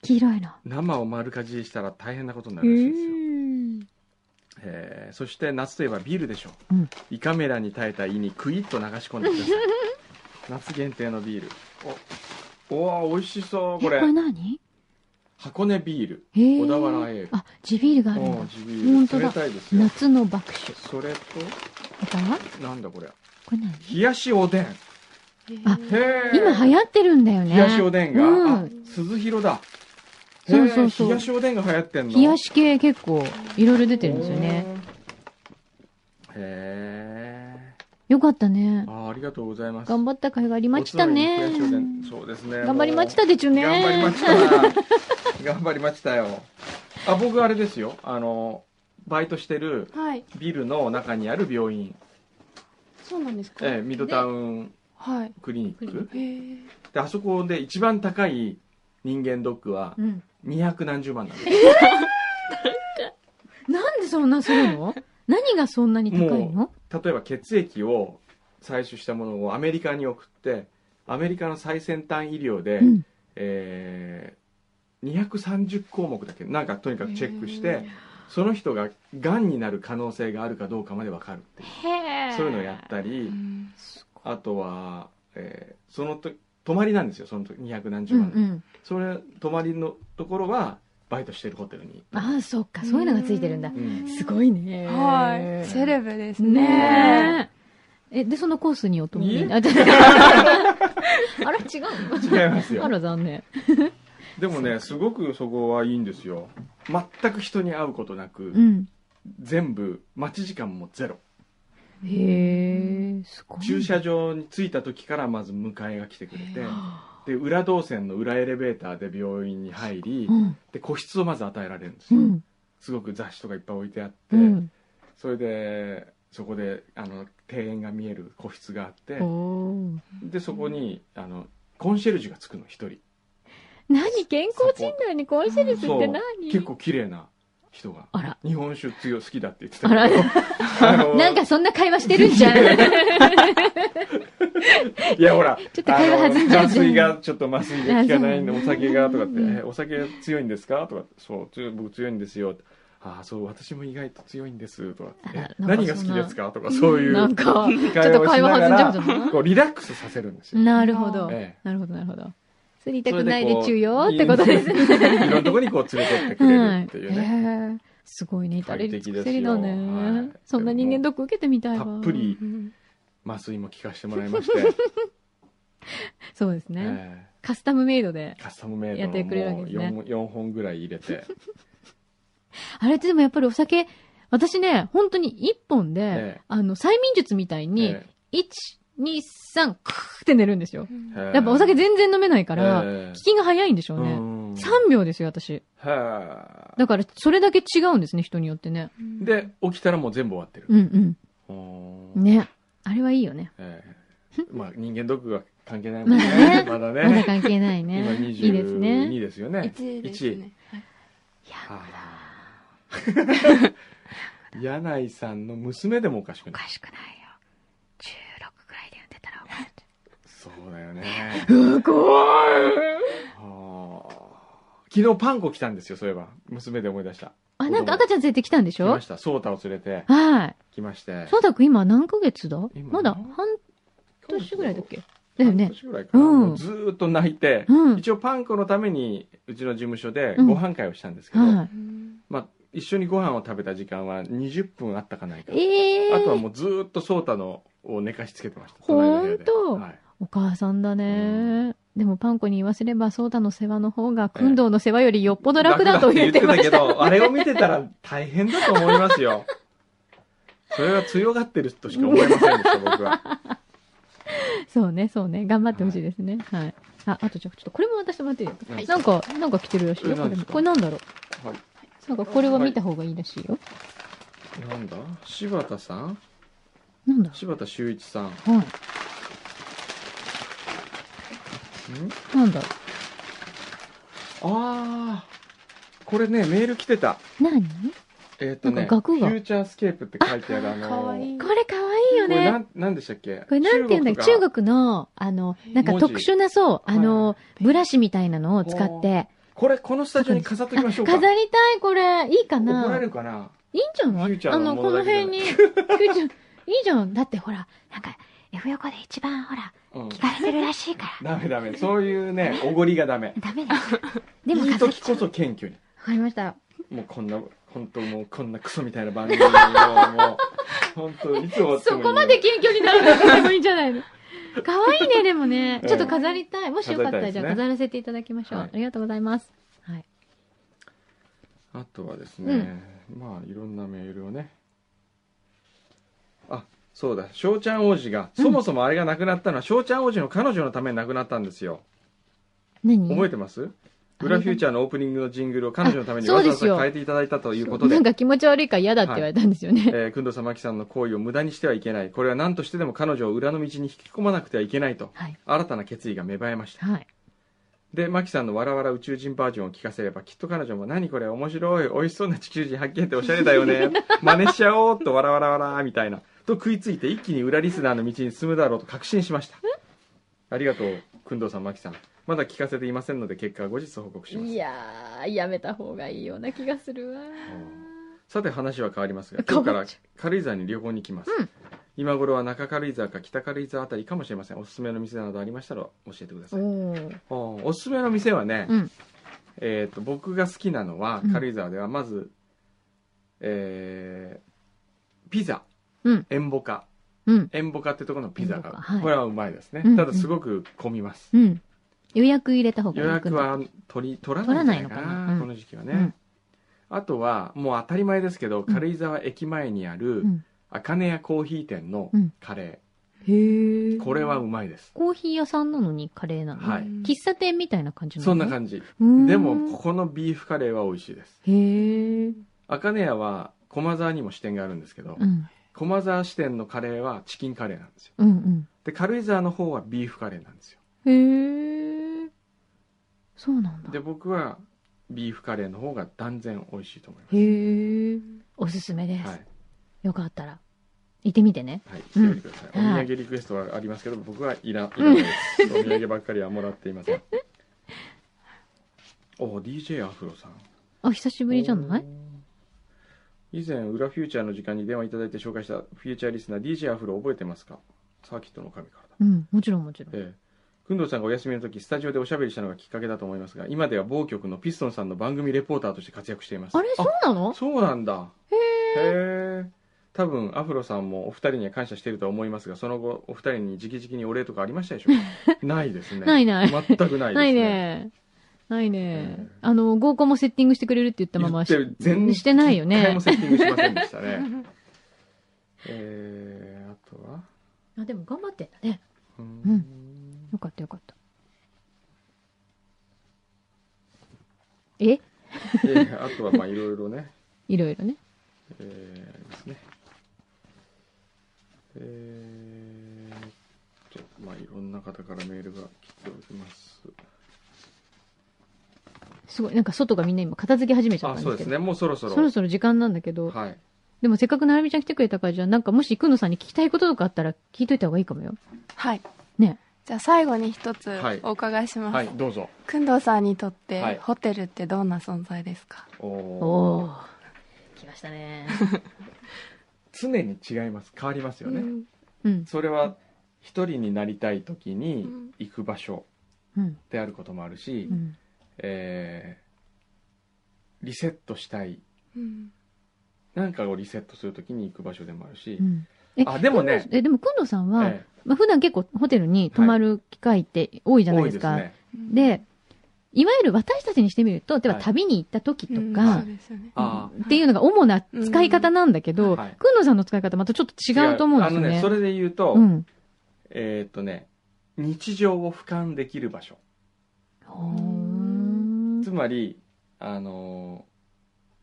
Speaker 4: 黄色いの。
Speaker 3: 生を丸かじりしたら大変なことにな
Speaker 4: う
Speaker 3: るらしいですよ、
Speaker 4: ん。
Speaker 3: えーそして夏といえばビールでしょう、
Speaker 4: うん
Speaker 3: 胃カメラに耐えた胃にクイッと流し込んで
Speaker 4: (laughs)
Speaker 3: ください夏限定のビールおおー美味しそう
Speaker 4: え、こ
Speaker 3: これ
Speaker 4: れ何
Speaker 3: 箱根ビール
Speaker 4: へー
Speaker 3: 小田原エール
Speaker 4: あ、地ビールがあるん
Speaker 3: お
Speaker 4: だ
Speaker 3: ー。地ビー
Speaker 4: 本
Speaker 3: ル
Speaker 4: 当だ
Speaker 3: 冷たいですよ
Speaker 4: 夏の爆酒。
Speaker 3: それと
Speaker 4: あとは
Speaker 3: なんだこれ
Speaker 4: これ何
Speaker 3: 冷やしおでんへ
Speaker 4: あ
Speaker 3: え
Speaker 4: 今流行ってるんだよね。
Speaker 3: 冷やしおでんが、
Speaker 4: う
Speaker 3: あ
Speaker 4: ん。
Speaker 3: 鈴広だへ
Speaker 4: そう
Speaker 3: ー
Speaker 4: そうそう
Speaker 3: 冷やしおでんが流行ってんの
Speaker 4: 冷やし系結構いろいろ出てるんですよね。
Speaker 3: へえ
Speaker 4: よかったね。
Speaker 3: あありがとうございます
Speaker 4: 頑張った甲斐がありましたね
Speaker 3: お。つまみに冷やしおでんそうですね
Speaker 4: 頑張りましたでちゅね。
Speaker 3: 頑張りました。 (laughs) 頑張りましたよ。あ、僕あれですよ。あの、バイトしてる
Speaker 6: はい。
Speaker 3: ビルの中にある病院、
Speaker 6: そうなんですか。
Speaker 3: えーミッドタウン
Speaker 6: はい。
Speaker 3: クリニック。
Speaker 6: へえ。
Speaker 3: で、あそこで一番高い人間ドックは
Speaker 4: うん。
Speaker 3: 200何十万なんで
Speaker 4: なんでそんなするの何がそんなに高いの
Speaker 3: もす。例えば血液を採取したものをアメリカに送って、アメリカの最先端医療で、
Speaker 4: うん
Speaker 3: えー230項目だけなんかとにかくチェックしてその人ががんになる可能性があるかどうかまで分かるっていう
Speaker 4: へ
Speaker 3: そういうのをやったり
Speaker 6: うん
Speaker 3: あとは、えーそのと泊まりなんですよその時2何十
Speaker 4: うんう
Speaker 3: 万、
Speaker 4: ん。
Speaker 3: それ泊まりのところはバイトしてるホテルに、
Speaker 4: ああ、そっか。そういうのがついてるんだ。
Speaker 3: うん
Speaker 4: すごいね。
Speaker 6: はい。セレブですね。
Speaker 4: ねえ。え、で、そのコースにお泊まりに
Speaker 3: え
Speaker 4: あ、じゃあ (laughs) あれ違うの
Speaker 3: 違います
Speaker 4: あ
Speaker 3: よ
Speaker 4: ら、残念。
Speaker 3: でもねすごくそこはいいんですよ全く人に会うことなく、
Speaker 4: うん。
Speaker 3: 全部待ち時間もゼロ
Speaker 4: へえ、すごい。
Speaker 3: 駐車場に着いた時からまず迎えが来てくれて、
Speaker 4: は
Speaker 3: で裏動線の裏エレベーターで病院に入り
Speaker 4: うん。
Speaker 3: で個室をまず与えられるんです
Speaker 4: う
Speaker 3: よ、
Speaker 4: ん。
Speaker 3: すごく雑誌とかいっぱい置いてあって、
Speaker 4: うん。
Speaker 3: それでそこであの庭園が見える個室があって
Speaker 4: おー
Speaker 3: でそこにあのコンシェルジュがつくの一人
Speaker 4: 何健康診断にコンシェルジュって何
Speaker 3: 結構綺麗な人が
Speaker 4: あら
Speaker 3: 日本酒強い好きだって言ってた
Speaker 4: あら
Speaker 3: けどあ (laughs) の
Speaker 4: なんかそんな会話してるんじゃん
Speaker 3: いやほら
Speaker 4: ちょっと会話弾んじゃ
Speaker 3: あ
Speaker 4: う
Speaker 3: の麻酔がちょっと麻酔が効かないんで
Speaker 4: あそう
Speaker 3: お酒がとかって
Speaker 4: う
Speaker 3: 「
Speaker 4: ん
Speaker 3: えお酒強いんですか?」とかって「そう強い僕強いんですよ」ああそう私も意外と強いんです」とかって
Speaker 4: あら
Speaker 3: え「
Speaker 4: なんか
Speaker 3: 何が好
Speaker 4: そん
Speaker 3: き
Speaker 4: な
Speaker 3: ですか?」とか (laughs) そういう
Speaker 4: なんかちょっ
Speaker 3: 会話
Speaker 4: と
Speaker 3: を
Speaker 4: 会
Speaker 3: し
Speaker 4: 話
Speaker 3: なが
Speaker 4: 弾んじゃう
Speaker 3: ら
Speaker 4: じゃな
Speaker 3: こうリラックスさせるんですよ
Speaker 4: いなるほど、
Speaker 3: え
Speaker 4: なるほどなるほどそれ痛
Speaker 3: そ
Speaker 4: く
Speaker 3: れ
Speaker 4: ない
Speaker 3: で
Speaker 4: で
Speaker 3: こう
Speaker 4: ちゅよってことですね
Speaker 3: いろんなとこにこう連れてってくれるっていうね、
Speaker 4: はいへーすごいね至れり尽くせりだ
Speaker 3: 快適ですよは
Speaker 4: ね
Speaker 3: い
Speaker 4: そんな人間ドック受けてみたいわ
Speaker 3: たっぷり
Speaker 6: うん
Speaker 3: 麻酔も効かせてもらいまして、
Speaker 4: そうですね、
Speaker 3: え
Speaker 4: カスタムメイドで
Speaker 3: ーカスタムメイド
Speaker 4: やってくれるわ
Speaker 3: の
Speaker 4: け
Speaker 3: もう
Speaker 4: ですね
Speaker 3: 4, 4本ぐらい入れて、
Speaker 4: あれってでもやっぱりお酒私ね本当に一本で、
Speaker 3: ええ
Speaker 4: あの催眠術みたいに、
Speaker 3: え
Speaker 4: 123クーって寝るんですよ。
Speaker 3: ー
Speaker 4: やっぱお酒全然飲めないから、
Speaker 3: えー
Speaker 4: 効きが早いんでしょう
Speaker 3: う
Speaker 4: ね。
Speaker 3: ん
Speaker 4: 3秒ですよ、私。
Speaker 3: はあ
Speaker 4: だから、それだけ違うんですね、人によってね。
Speaker 3: で起きたらもう全部終わってる、
Speaker 4: うん
Speaker 3: お
Speaker 4: う
Speaker 3: ー
Speaker 4: ん。ね。あれはいいよね。
Speaker 3: えーまあ人間ドックが関係ないもんね
Speaker 4: まだね
Speaker 3: (laughs) まだ
Speaker 4: まだ
Speaker 3: ね
Speaker 4: 関係ない
Speaker 3: 今
Speaker 4: ね。いいです
Speaker 3: 22
Speaker 4: ね。
Speaker 3: ですよね
Speaker 6: 一位ですね。はい
Speaker 3: はあ (laughs) 柳井さんの娘でもおかしく
Speaker 4: お
Speaker 3: ない
Speaker 4: かしくないよ。16くらいで出たらお前。
Speaker 3: そうだよね
Speaker 4: う怖い
Speaker 3: はあ昨日パンコ来たんですよそういえば娘で思い出した
Speaker 4: あ、なんか赤ちゃん連れてきたんでし
Speaker 3: 来
Speaker 4: ょ
Speaker 3: ました颯太を連れて
Speaker 4: はい。
Speaker 3: 来まして
Speaker 4: そうたくん今何ヶ月だ
Speaker 3: 今
Speaker 4: まだ半年ぐらいだっけだよ
Speaker 3: 半
Speaker 4: ね。
Speaker 3: 年ぐらいかな、
Speaker 4: うん
Speaker 3: もうずーっと泣いて、
Speaker 4: うん
Speaker 3: 一応パンコのためにうちの事務所で
Speaker 4: うん
Speaker 3: ご飯会をしたんですけど、
Speaker 4: は
Speaker 6: うん
Speaker 3: まあ、一緒にご飯を食べた時間は20分あったかないか、
Speaker 4: い。ええー。
Speaker 3: あとはもうずーっと颯太のを寝かしつけてました
Speaker 4: ほん
Speaker 3: 隣の
Speaker 4: と
Speaker 3: 部屋ではい
Speaker 4: お母さんだね。でもパンコに言わせれば、ソーダの世話の方が、訓導の世話よりよっぽど楽だと言ってました。
Speaker 3: 楽だって言ってたけど、あれを見てたら大変だと思いますよ。それは強がってるとしか思えませんでした、僕は。
Speaker 4: そうね、そうね。頑張ってほしいですね。はい。あ、あとじゃあちょっとこれも渡してもらっていいですか、なんか、なんか来てるらしいよ。
Speaker 3: え
Speaker 4: これ
Speaker 3: 何です
Speaker 4: も
Speaker 3: か
Speaker 4: これなんだろう、
Speaker 3: はい
Speaker 4: なんかこれは見た方がいいらしいよ。
Speaker 3: なんだ柴田さん
Speaker 4: なんだ
Speaker 3: 柴田修一さん。ん
Speaker 4: ろうはい。なんだろ
Speaker 3: あー、これね、メール来てた。
Speaker 4: う何
Speaker 3: えっ、とね、
Speaker 4: なんか額が
Speaker 3: フューチャースケープって書いてある、あの、
Speaker 6: かわいい。
Speaker 4: これかわいいよ
Speaker 3: これ
Speaker 4: ね
Speaker 3: な。ん、なんでしたっけ
Speaker 4: これなんて言うんだっけ
Speaker 3: が
Speaker 4: 中国の、あの、なんか
Speaker 3: 文字
Speaker 4: 特殊な、そう、あの、ブラシみたいなのを使って。
Speaker 3: これ、このスタジオに飾っときましょうか。
Speaker 4: 飾りたい、これ。いいか
Speaker 3: 怒られ
Speaker 4: な
Speaker 3: るかない
Speaker 4: いんじゃな
Speaker 3: フューチ
Speaker 4: い
Speaker 3: ャー
Speaker 4: あ
Speaker 3: の
Speaker 4: の、
Speaker 3: も
Speaker 4: こ
Speaker 3: の
Speaker 4: の
Speaker 3: だけじゃ
Speaker 4: 辺
Speaker 3: な
Speaker 4: に。
Speaker 3: い
Speaker 4: フューチャーいいじゃん。だってほら、なんか、F 横で一番ほら、
Speaker 3: うん
Speaker 2: 聞。かれてるらしいから。
Speaker 3: ダメダメ。そういうね、おごりがダメ。
Speaker 2: ダメだ。
Speaker 4: でも
Speaker 3: いい
Speaker 4: 飾っ
Speaker 3: 時こそ謙虚に。
Speaker 4: わかりました。
Speaker 3: もうこんな、本当もうこんなクソみたいな番組を、もう、本当いつ終わって
Speaker 4: そ
Speaker 3: もいいよ
Speaker 4: こまで謙虚になるのでもいいんじゃないの可愛いね、でもね。
Speaker 3: ええ
Speaker 4: ちょっと飾りたい。もしよかった
Speaker 3: 飾
Speaker 4: ら、
Speaker 3: りた
Speaker 4: じ
Speaker 3: いですね
Speaker 4: ゃあ飾らせていただきましょう。
Speaker 3: はい
Speaker 4: ありがとうございます。はい。
Speaker 3: あとはですね、まあいろんなメールをねあそうだ翔ちゃん王子が、そもそもあれが亡くなったのは翔ちゃん王子の彼女のために亡くなったんですよ、
Speaker 4: 何
Speaker 3: 覚えてます
Speaker 4: あ
Speaker 3: 裏フューチャーのオープニングのジングルを彼女のために
Speaker 4: あそ
Speaker 3: わ
Speaker 4: う
Speaker 3: ざ
Speaker 4: で
Speaker 3: わ
Speaker 4: す
Speaker 3: ざ
Speaker 4: よ
Speaker 3: 変えていただいたということで
Speaker 4: なんか気持ち悪いから嫌だって言われたんですよね。
Speaker 3: えー、くんどさまきさんの行為を無駄にしてはいけないこれは何としてでも彼女を裏の道に引き込まなくてはいけないと、
Speaker 4: はい
Speaker 3: 新たな決意が芽生えました
Speaker 4: はい。
Speaker 3: でマキさんの「わらわら宇宙人バージョン」を聞かせればきっと彼女も「何これ面白い美味しそうな地球人発見っておしゃれだよ
Speaker 4: (laughs)
Speaker 3: ね真似しちゃおう」と「わらわらわら」みたいなと食いついて一気に裏リスナーの道に進むだろうと確信しましたありがとう工藤さんマキさんまだ聞かせていませんので結果は後日報告します
Speaker 4: いやー、やめた方がいいような気がするわ。
Speaker 3: さて話は変わりますが
Speaker 4: 変わ
Speaker 3: 今
Speaker 4: っ
Speaker 3: 日
Speaker 4: ちゃ
Speaker 3: か
Speaker 4: う
Speaker 3: ら軽井沢に旅行に行きます、
Speaker 4: うん
Speaker 3: 今頃は中軽井沢か北軽井沢あたりかもしれませんおすすめの店などありましたら教えてください
Speaker 4: おー。
Speaker 3: おおすすめの店はね、
Speaker 4: うん
Speaker 3: えー、と僕が好きなのは
Speaker 4: うん
Speaker 3: 軽井沢ではまず、えーピザ、
Speaker 4: うん
Speaker 3: エンボカ
Speaker 4: うん。
Speaker 3: エンボカってところのピザ
Speaker 4: エンボカ
Speaker 3: が、
Speaker 4: はい
Speaker 3: これはうまいですね、
Speaker 4: うん
Speaker 3: ただすごく混みます、
Speaker 4: うん。予約入れた方がいい
Speaker 3: 予約は取り取らないんじゃないかな
Speaker 4: 取らないのかなうん
Speaker 3: この時期はね、
Speaker 4: うん
Speaker 3: あとはもう当たり前ですけど、軽井沢駅前にある
Speaker 4: うん
Speaker 3: あかねやコーヒー店の
Speaker 4: うん
Speaker 3: カレ
Speaker 4: へー
Speaker 3: ー、これはうまいです、
Speaker 4: コーヒー屋さんなのにカレーなの、
Speaker 3: はい
Speaker 4: 喫茶店みたいな感じなの
Speaker 3: そんな感じ
Speaker 4: うーん
Speaker 3: でもここのビーフカレーは美味しいです
Speaker 4: へー
Speaker 3: 茜屋は駒沢にも支店があるんですけど、
Speaker 4: うん。
Speaker 3: 駒沢支店のカレーはチキンカレーなんですよ
Speaker 4: うん
Speaker 3: で軽井沢の方はビーフカレーなんですよ
Speaker 4: うん。へーそうなんだ。
Speaker 3: で僕はビーフカレーの方が断然美味しいと思いま
Speaker 4: へーおすすめです。
Speaker 3: すはい、
Speaker 4: よかったら。行ってみてね。
Speaker 3: はい、して
Speaker 4: うん
Speaker 3: おいてください、
Speaker 4: は
Speaker 3: お
Speaker 4: い
Speaker 3: 土産リクエストはありますけど僕はいらいらないです、お土産ばっかりはもらっていま
Speaker 4: (laughs)
Speaker 3: せんお DJ アフロさん
Speaker 4: あ、久しぶりじゃない
Speaker 3: 以前裏フューチャーの時間に電話いただいて紹介したフューチャーリスナー DJ アフロ覚えてますかサーキットの神からだ
Speaker 4: うん、もちろんもちろん。
Speaker 3: ええ、工藤さんがお休みの時スタジオでおしゃべりしたのがきっかけだと思いますが今では某局のピストンさんの番組レポーターとして活躍しています
Speaker 4: あれ、そうなの
Speaker 3: そうなんだへえ多分アフロさんもお二人には感謝しているとは思いますがその後お二人に直々にお礼とかありましたでしょう
Speaker 4: (laughs)
Speaker 3: かないですね
Speaker 4: ないない
Speaker 3: 全くないですね
Speaker 4: ないね。ないね
Speaker 3: ええ。
Speaker 4: あの、合コンもセッティングしてくれるって言ったま
Speaker 3: 言
Speaker 4: ま
Speaker 3: ってる全
Speaker 4: してないよ
Speaker 3: 一回
Speaker 4: ね
Speaker 3: も。セッティングしませんでした
Speaker 4: (laughs)
Speaker 3: ねえー、あとは
Speaker 4: あ、でも頑張ってんだね。
Speaker 3: うー
Speaker 4: うんよかったよかった。え
Speaker 3: いやいやあとはまあいろいろね
Speaker 4: いろいろね。
Speaker 3: えー、ありますね。えーっと、まあ、いろんな方からメールが来ております。
Speaker 4: すごい、なんか外がみんな今片付け始めちゃっ
Speaker 3: あ、
Speaker 4: たん
Speaker 3: そ
Speaker 4: で
Speaker 3: うで
Speaker 4: すけ
Speaker 3: す
Speaker 4: ど。
Speaker 3: ね。もうそろそろ。
Speaker 4: そろそろ時間なんだけど、
Speaker 3: はい。
Speaker 4: でもせっかくなるみちゃん来てくれたから、じゃあなんかもしくのさんに聞きたいこととかあったら聞いといた方がいいかもよ。
Speaker 6: はい。
Speaker 4: ね。
Speaker 6: じゃあ最後に一つ
Speaker 3: はい
Speaker 6: お伺いします。
Speaker 3: はい、どうぞ。
Speaker 6: くんどうさんにとっ
Speaker 3: はい
Speaker 6: て、ホテルってどんな存在ですか
Speaker 3: お
Speaker 4: お
Speaker 3: お
Speaker 4: おー来ましたね。
Speaker 3: 常に違います。変わりますよね。
Speaker 6: うん
Speaker 4: うん。
Speaker 3: それは、一人になりたい時に
Speaker 6: うん
Speaker 3: 行く場所
Speaker 4: うん。
Speaker 3: であることもあるし、
Speaker 4: うん。
Speaker 3: えーリセットしたい。
Speaker 6: うん
Speaker 3: なんかをリセットするときに行く場所でもあるし、
Speaker 4: うん。え
Speaker 3: あでもね
Speaker 4: くんどうえ、でも、くんどうさんは、
Speaker 8: え
Speaker 4: まあ、普段結構ホテルに泊まる機会って多いじゃ
Speaker 8: え
Speaker 4: ない
Speaker 8: 多
Speaker 4: で
Speaker 8: い
Speaker 4: す
Speaker 8: で
Speaker 4: か。
Speaker 8: すね。
Speaker 4: で、いわゆる私たちにしてみると、例えば
Speaker 8: はい
Speaker 4: 旅に行った時と
Speaker 7: うん
Speaker 4: か、
Speaker 7: そうですよね
Speaker 3: あ
Speaker 4: っていうのが主な使い方なんだけど、
Speaker 3: うん
Speaker 4: く
Speaker 3: はい
Speaker 4: んのさんの使い方またちょっと違うと思うんですよ
Speaker 3: あの
Speaker 4: ね。
Speaker 3: ね、それで言うと、
Speaker 4: うん。
Speaker 3: えーっとね、日常を俯瞰できる場所。つまり、あのー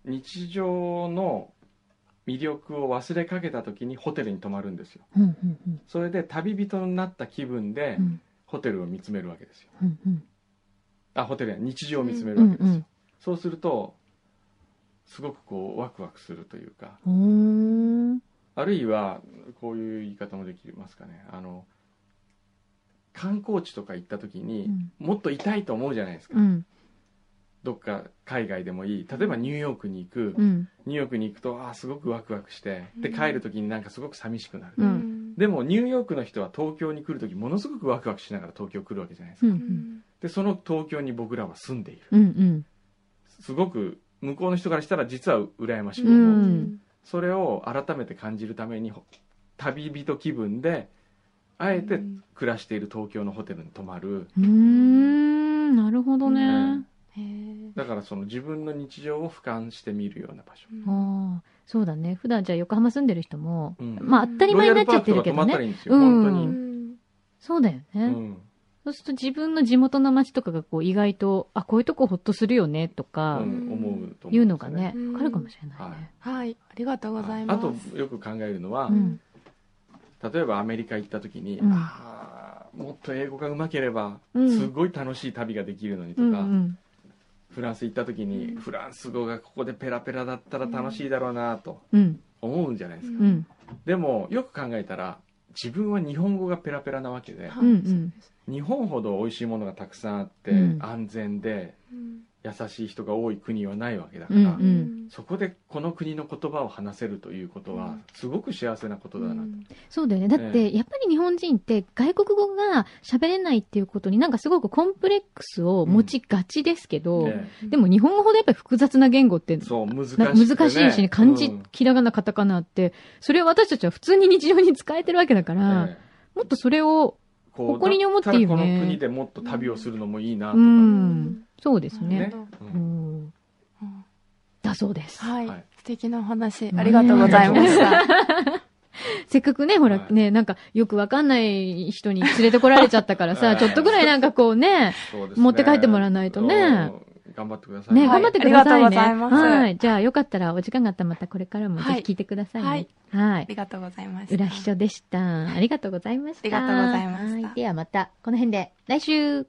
Speaker 3: 日常の魅力を忘れかけた時にホテルに泊まるんですよ。
Speaker 4: うんうんうん
Speaker 3: それで旅人になった気分で、
Speaker 4: うん
Speaker 3: ホテルを見つめるわけですよ。
Speaker 4: うんうん
Speaker 3: あ、ホテルや日常を見つめるわけですよ。そうすると、すごくこう、ワクワクするというか、
Speaker 4: うんうん
Speaker 3: あるいはこういう言い方もできますかねあの観光地とか行った時に、
Speaker 4: うん
Speaker 3: もっといたいと思うじゃないですか、
Speaker 4: うん
Speaker 3: どっか海外でもいい例えばニューヨークに行く、
Speaker 4: うん
Speaker 3: ニューヨークに行くとあーすごくワクワクしてで帰る時になんかすごく寂しくなる、
Speaker 4: うん
Speaker 7: うん
Speaker 3: でもニューヨークの人は東京に来る時ものすごくワクワクしながら東京来るわけじゃないですか、
Speaker 4: う
Speaker 7: うんん
Speaker 3: でその東京に僕らは住んでいる
Speaker 4: うん
Speaker 3: すごく向こうの人からしたら実は羨ましいう思う、
Speaker 4: ん
Speaker 3: それを改めて感じるためにほ旅人気分であえて暮らしている東京のホテルに泊まる、
Speaker 4: うんなるほどね。
Speaker 3: うん
Speaker 7: へー
Speaker 3: だからその自分の日常を俯瞰して見るような場所、
Speaker 4: ああそうだね。普段じゃあ横浜住んでる人も、
Speaker 3: うん
Speaker 4: まあ当たり前になっちゃってるけど
Speaker 3: ロイヤルパークとか泊まったら
Speaker 4: ね。
Speaker 3: いいんですよ、
Speaker 4: うん
Speaker 7: う
Speaker 3: 本
Speaker 7: ん
Speaker 4: そうだよね。
Speaker 3: 当に、うん
Speaker 4: そうすると自分の地元の街とかがこう意外と、あ、こういうとこほっとするよねと
Speaker 3: う
Speaker 4: か、
Speaker 3: ん思うと思
Speaker 4: いうのがね、
Speaker 7: うん
Speaker 4: わかるかもしれないね。
Speaker 7: はいありがとう
Speaker 3: は
Speaker 7: ご
Speaker 3: い
Speaker 7: ざい
Speaker 3: あ
Speaker 7: ます
Speaker 3: とよく考えるのは、
Speaker 4: うん。
Speaker 3: 例えばアメリカ行った時に、
Speaker 4: うん
Speaker 3: あーもっと英語がうまければ
Speaker 4: うん
Speaker 3: すごい楽しい旅ができるのにと
Speaker 4: うんう
Speaker 3: か、
Speaker 4: ん。
Speaker 3: フランス行った時にフランス語がここでペラペラだったら楽しいだろうなと
Speaker 4: うん。
Speaker 3: 思うんじゃないですか
Speaker 4: うん。
Speaker 3: でもよく考えたら自分は日本語がペラペラなわけで
Speaker 7: は
Speaker 4: う
Speaker 7: い
Speaker 4: んうん
Speaker 7: そうです
Speaker 3: 日本ほど美味しいものがたくさんあって、
Speaker 4: うん
Speaker 3: 安全で
Speaker 7: うん
Speaker 3: 優しい人が多い国はないわけだから、
Speaker 4: うん
Speaker 7: う
Speaker 3: そこでこの国の言葉を話せるということ
Speaker 7: う
Speaker 3: は
Speaker 7: ん
Speaker 3: すごく幸せなことだなと、
Speaker 7: ん
Speaker 4: そうだよね。だって、やっぱり日本人って外国語が喋れないっていうことになんかすごくコンプレックスを持ちがちですけど、
Speaker 3: ね
Speaker 4: でも日本語ほどやっぱり複雑な言語って、
Speaker 3: そう難しくて
Speaker 4: な
Speaker 3: ね、
Speaker 4: んか難しいしね、漢字、
Speaker 3: うん
Speaker 4: ひらがな、カタカナって、それを私たちは普通に日常に使えてるわけだから、
Speaker 3: ええ
Speaker 4: もっとそれを、
Speaker 3: こ
Speaker 4: 誇りに思っていいよね
Speaker 3: だったらこの国でもっと旅をするのもいいなと
Speaker 4: う
Speaker 3: か、
Speaker 4: ん、そうですね。
Speaker 3: ねう
Speaker 4: うんん
Speaker 7: うん
Speaker 4: だそうです。
Speaker 7: はい、
Speaker 3: はい
Speaker 7: 素敵なお話ありがとうございました。
Speaker 4: せっかくね、ほら、
Speaker 3: はい
Speaker 4: ね、なんか、よくわかんない人に連れてこられちゃったからさ、
Speaker 3: はい
Speaker 4: ちょっとぐらいなんかこうね、
Speaker 3: そうですね
Speaker 4: 持って帰ってもらわないとね
Speaker 3: うん頑張ってください
Speaker 4: ね、
Speaker 7: は
Speaker 4: 頑
Speaker 7: い
Speaker 4: 張ってくださいね。
Speaker 7: ありがとうございます
Speaker 4: はい。じゃあ、よかったらお時間があったらまたこれからもぜ
Speaker 7: はい
Speaker 4: ひ聞いてくださいね。は
Speaker 7: はいい。
Speaker 4: はい
Speaker 7: あり。がとうございました。
Speaker 4: 裏秘書でした。ありがとうございました。
Speaker 7: ありがとうございました
Speaker 4: はいではまた、この辺で、来週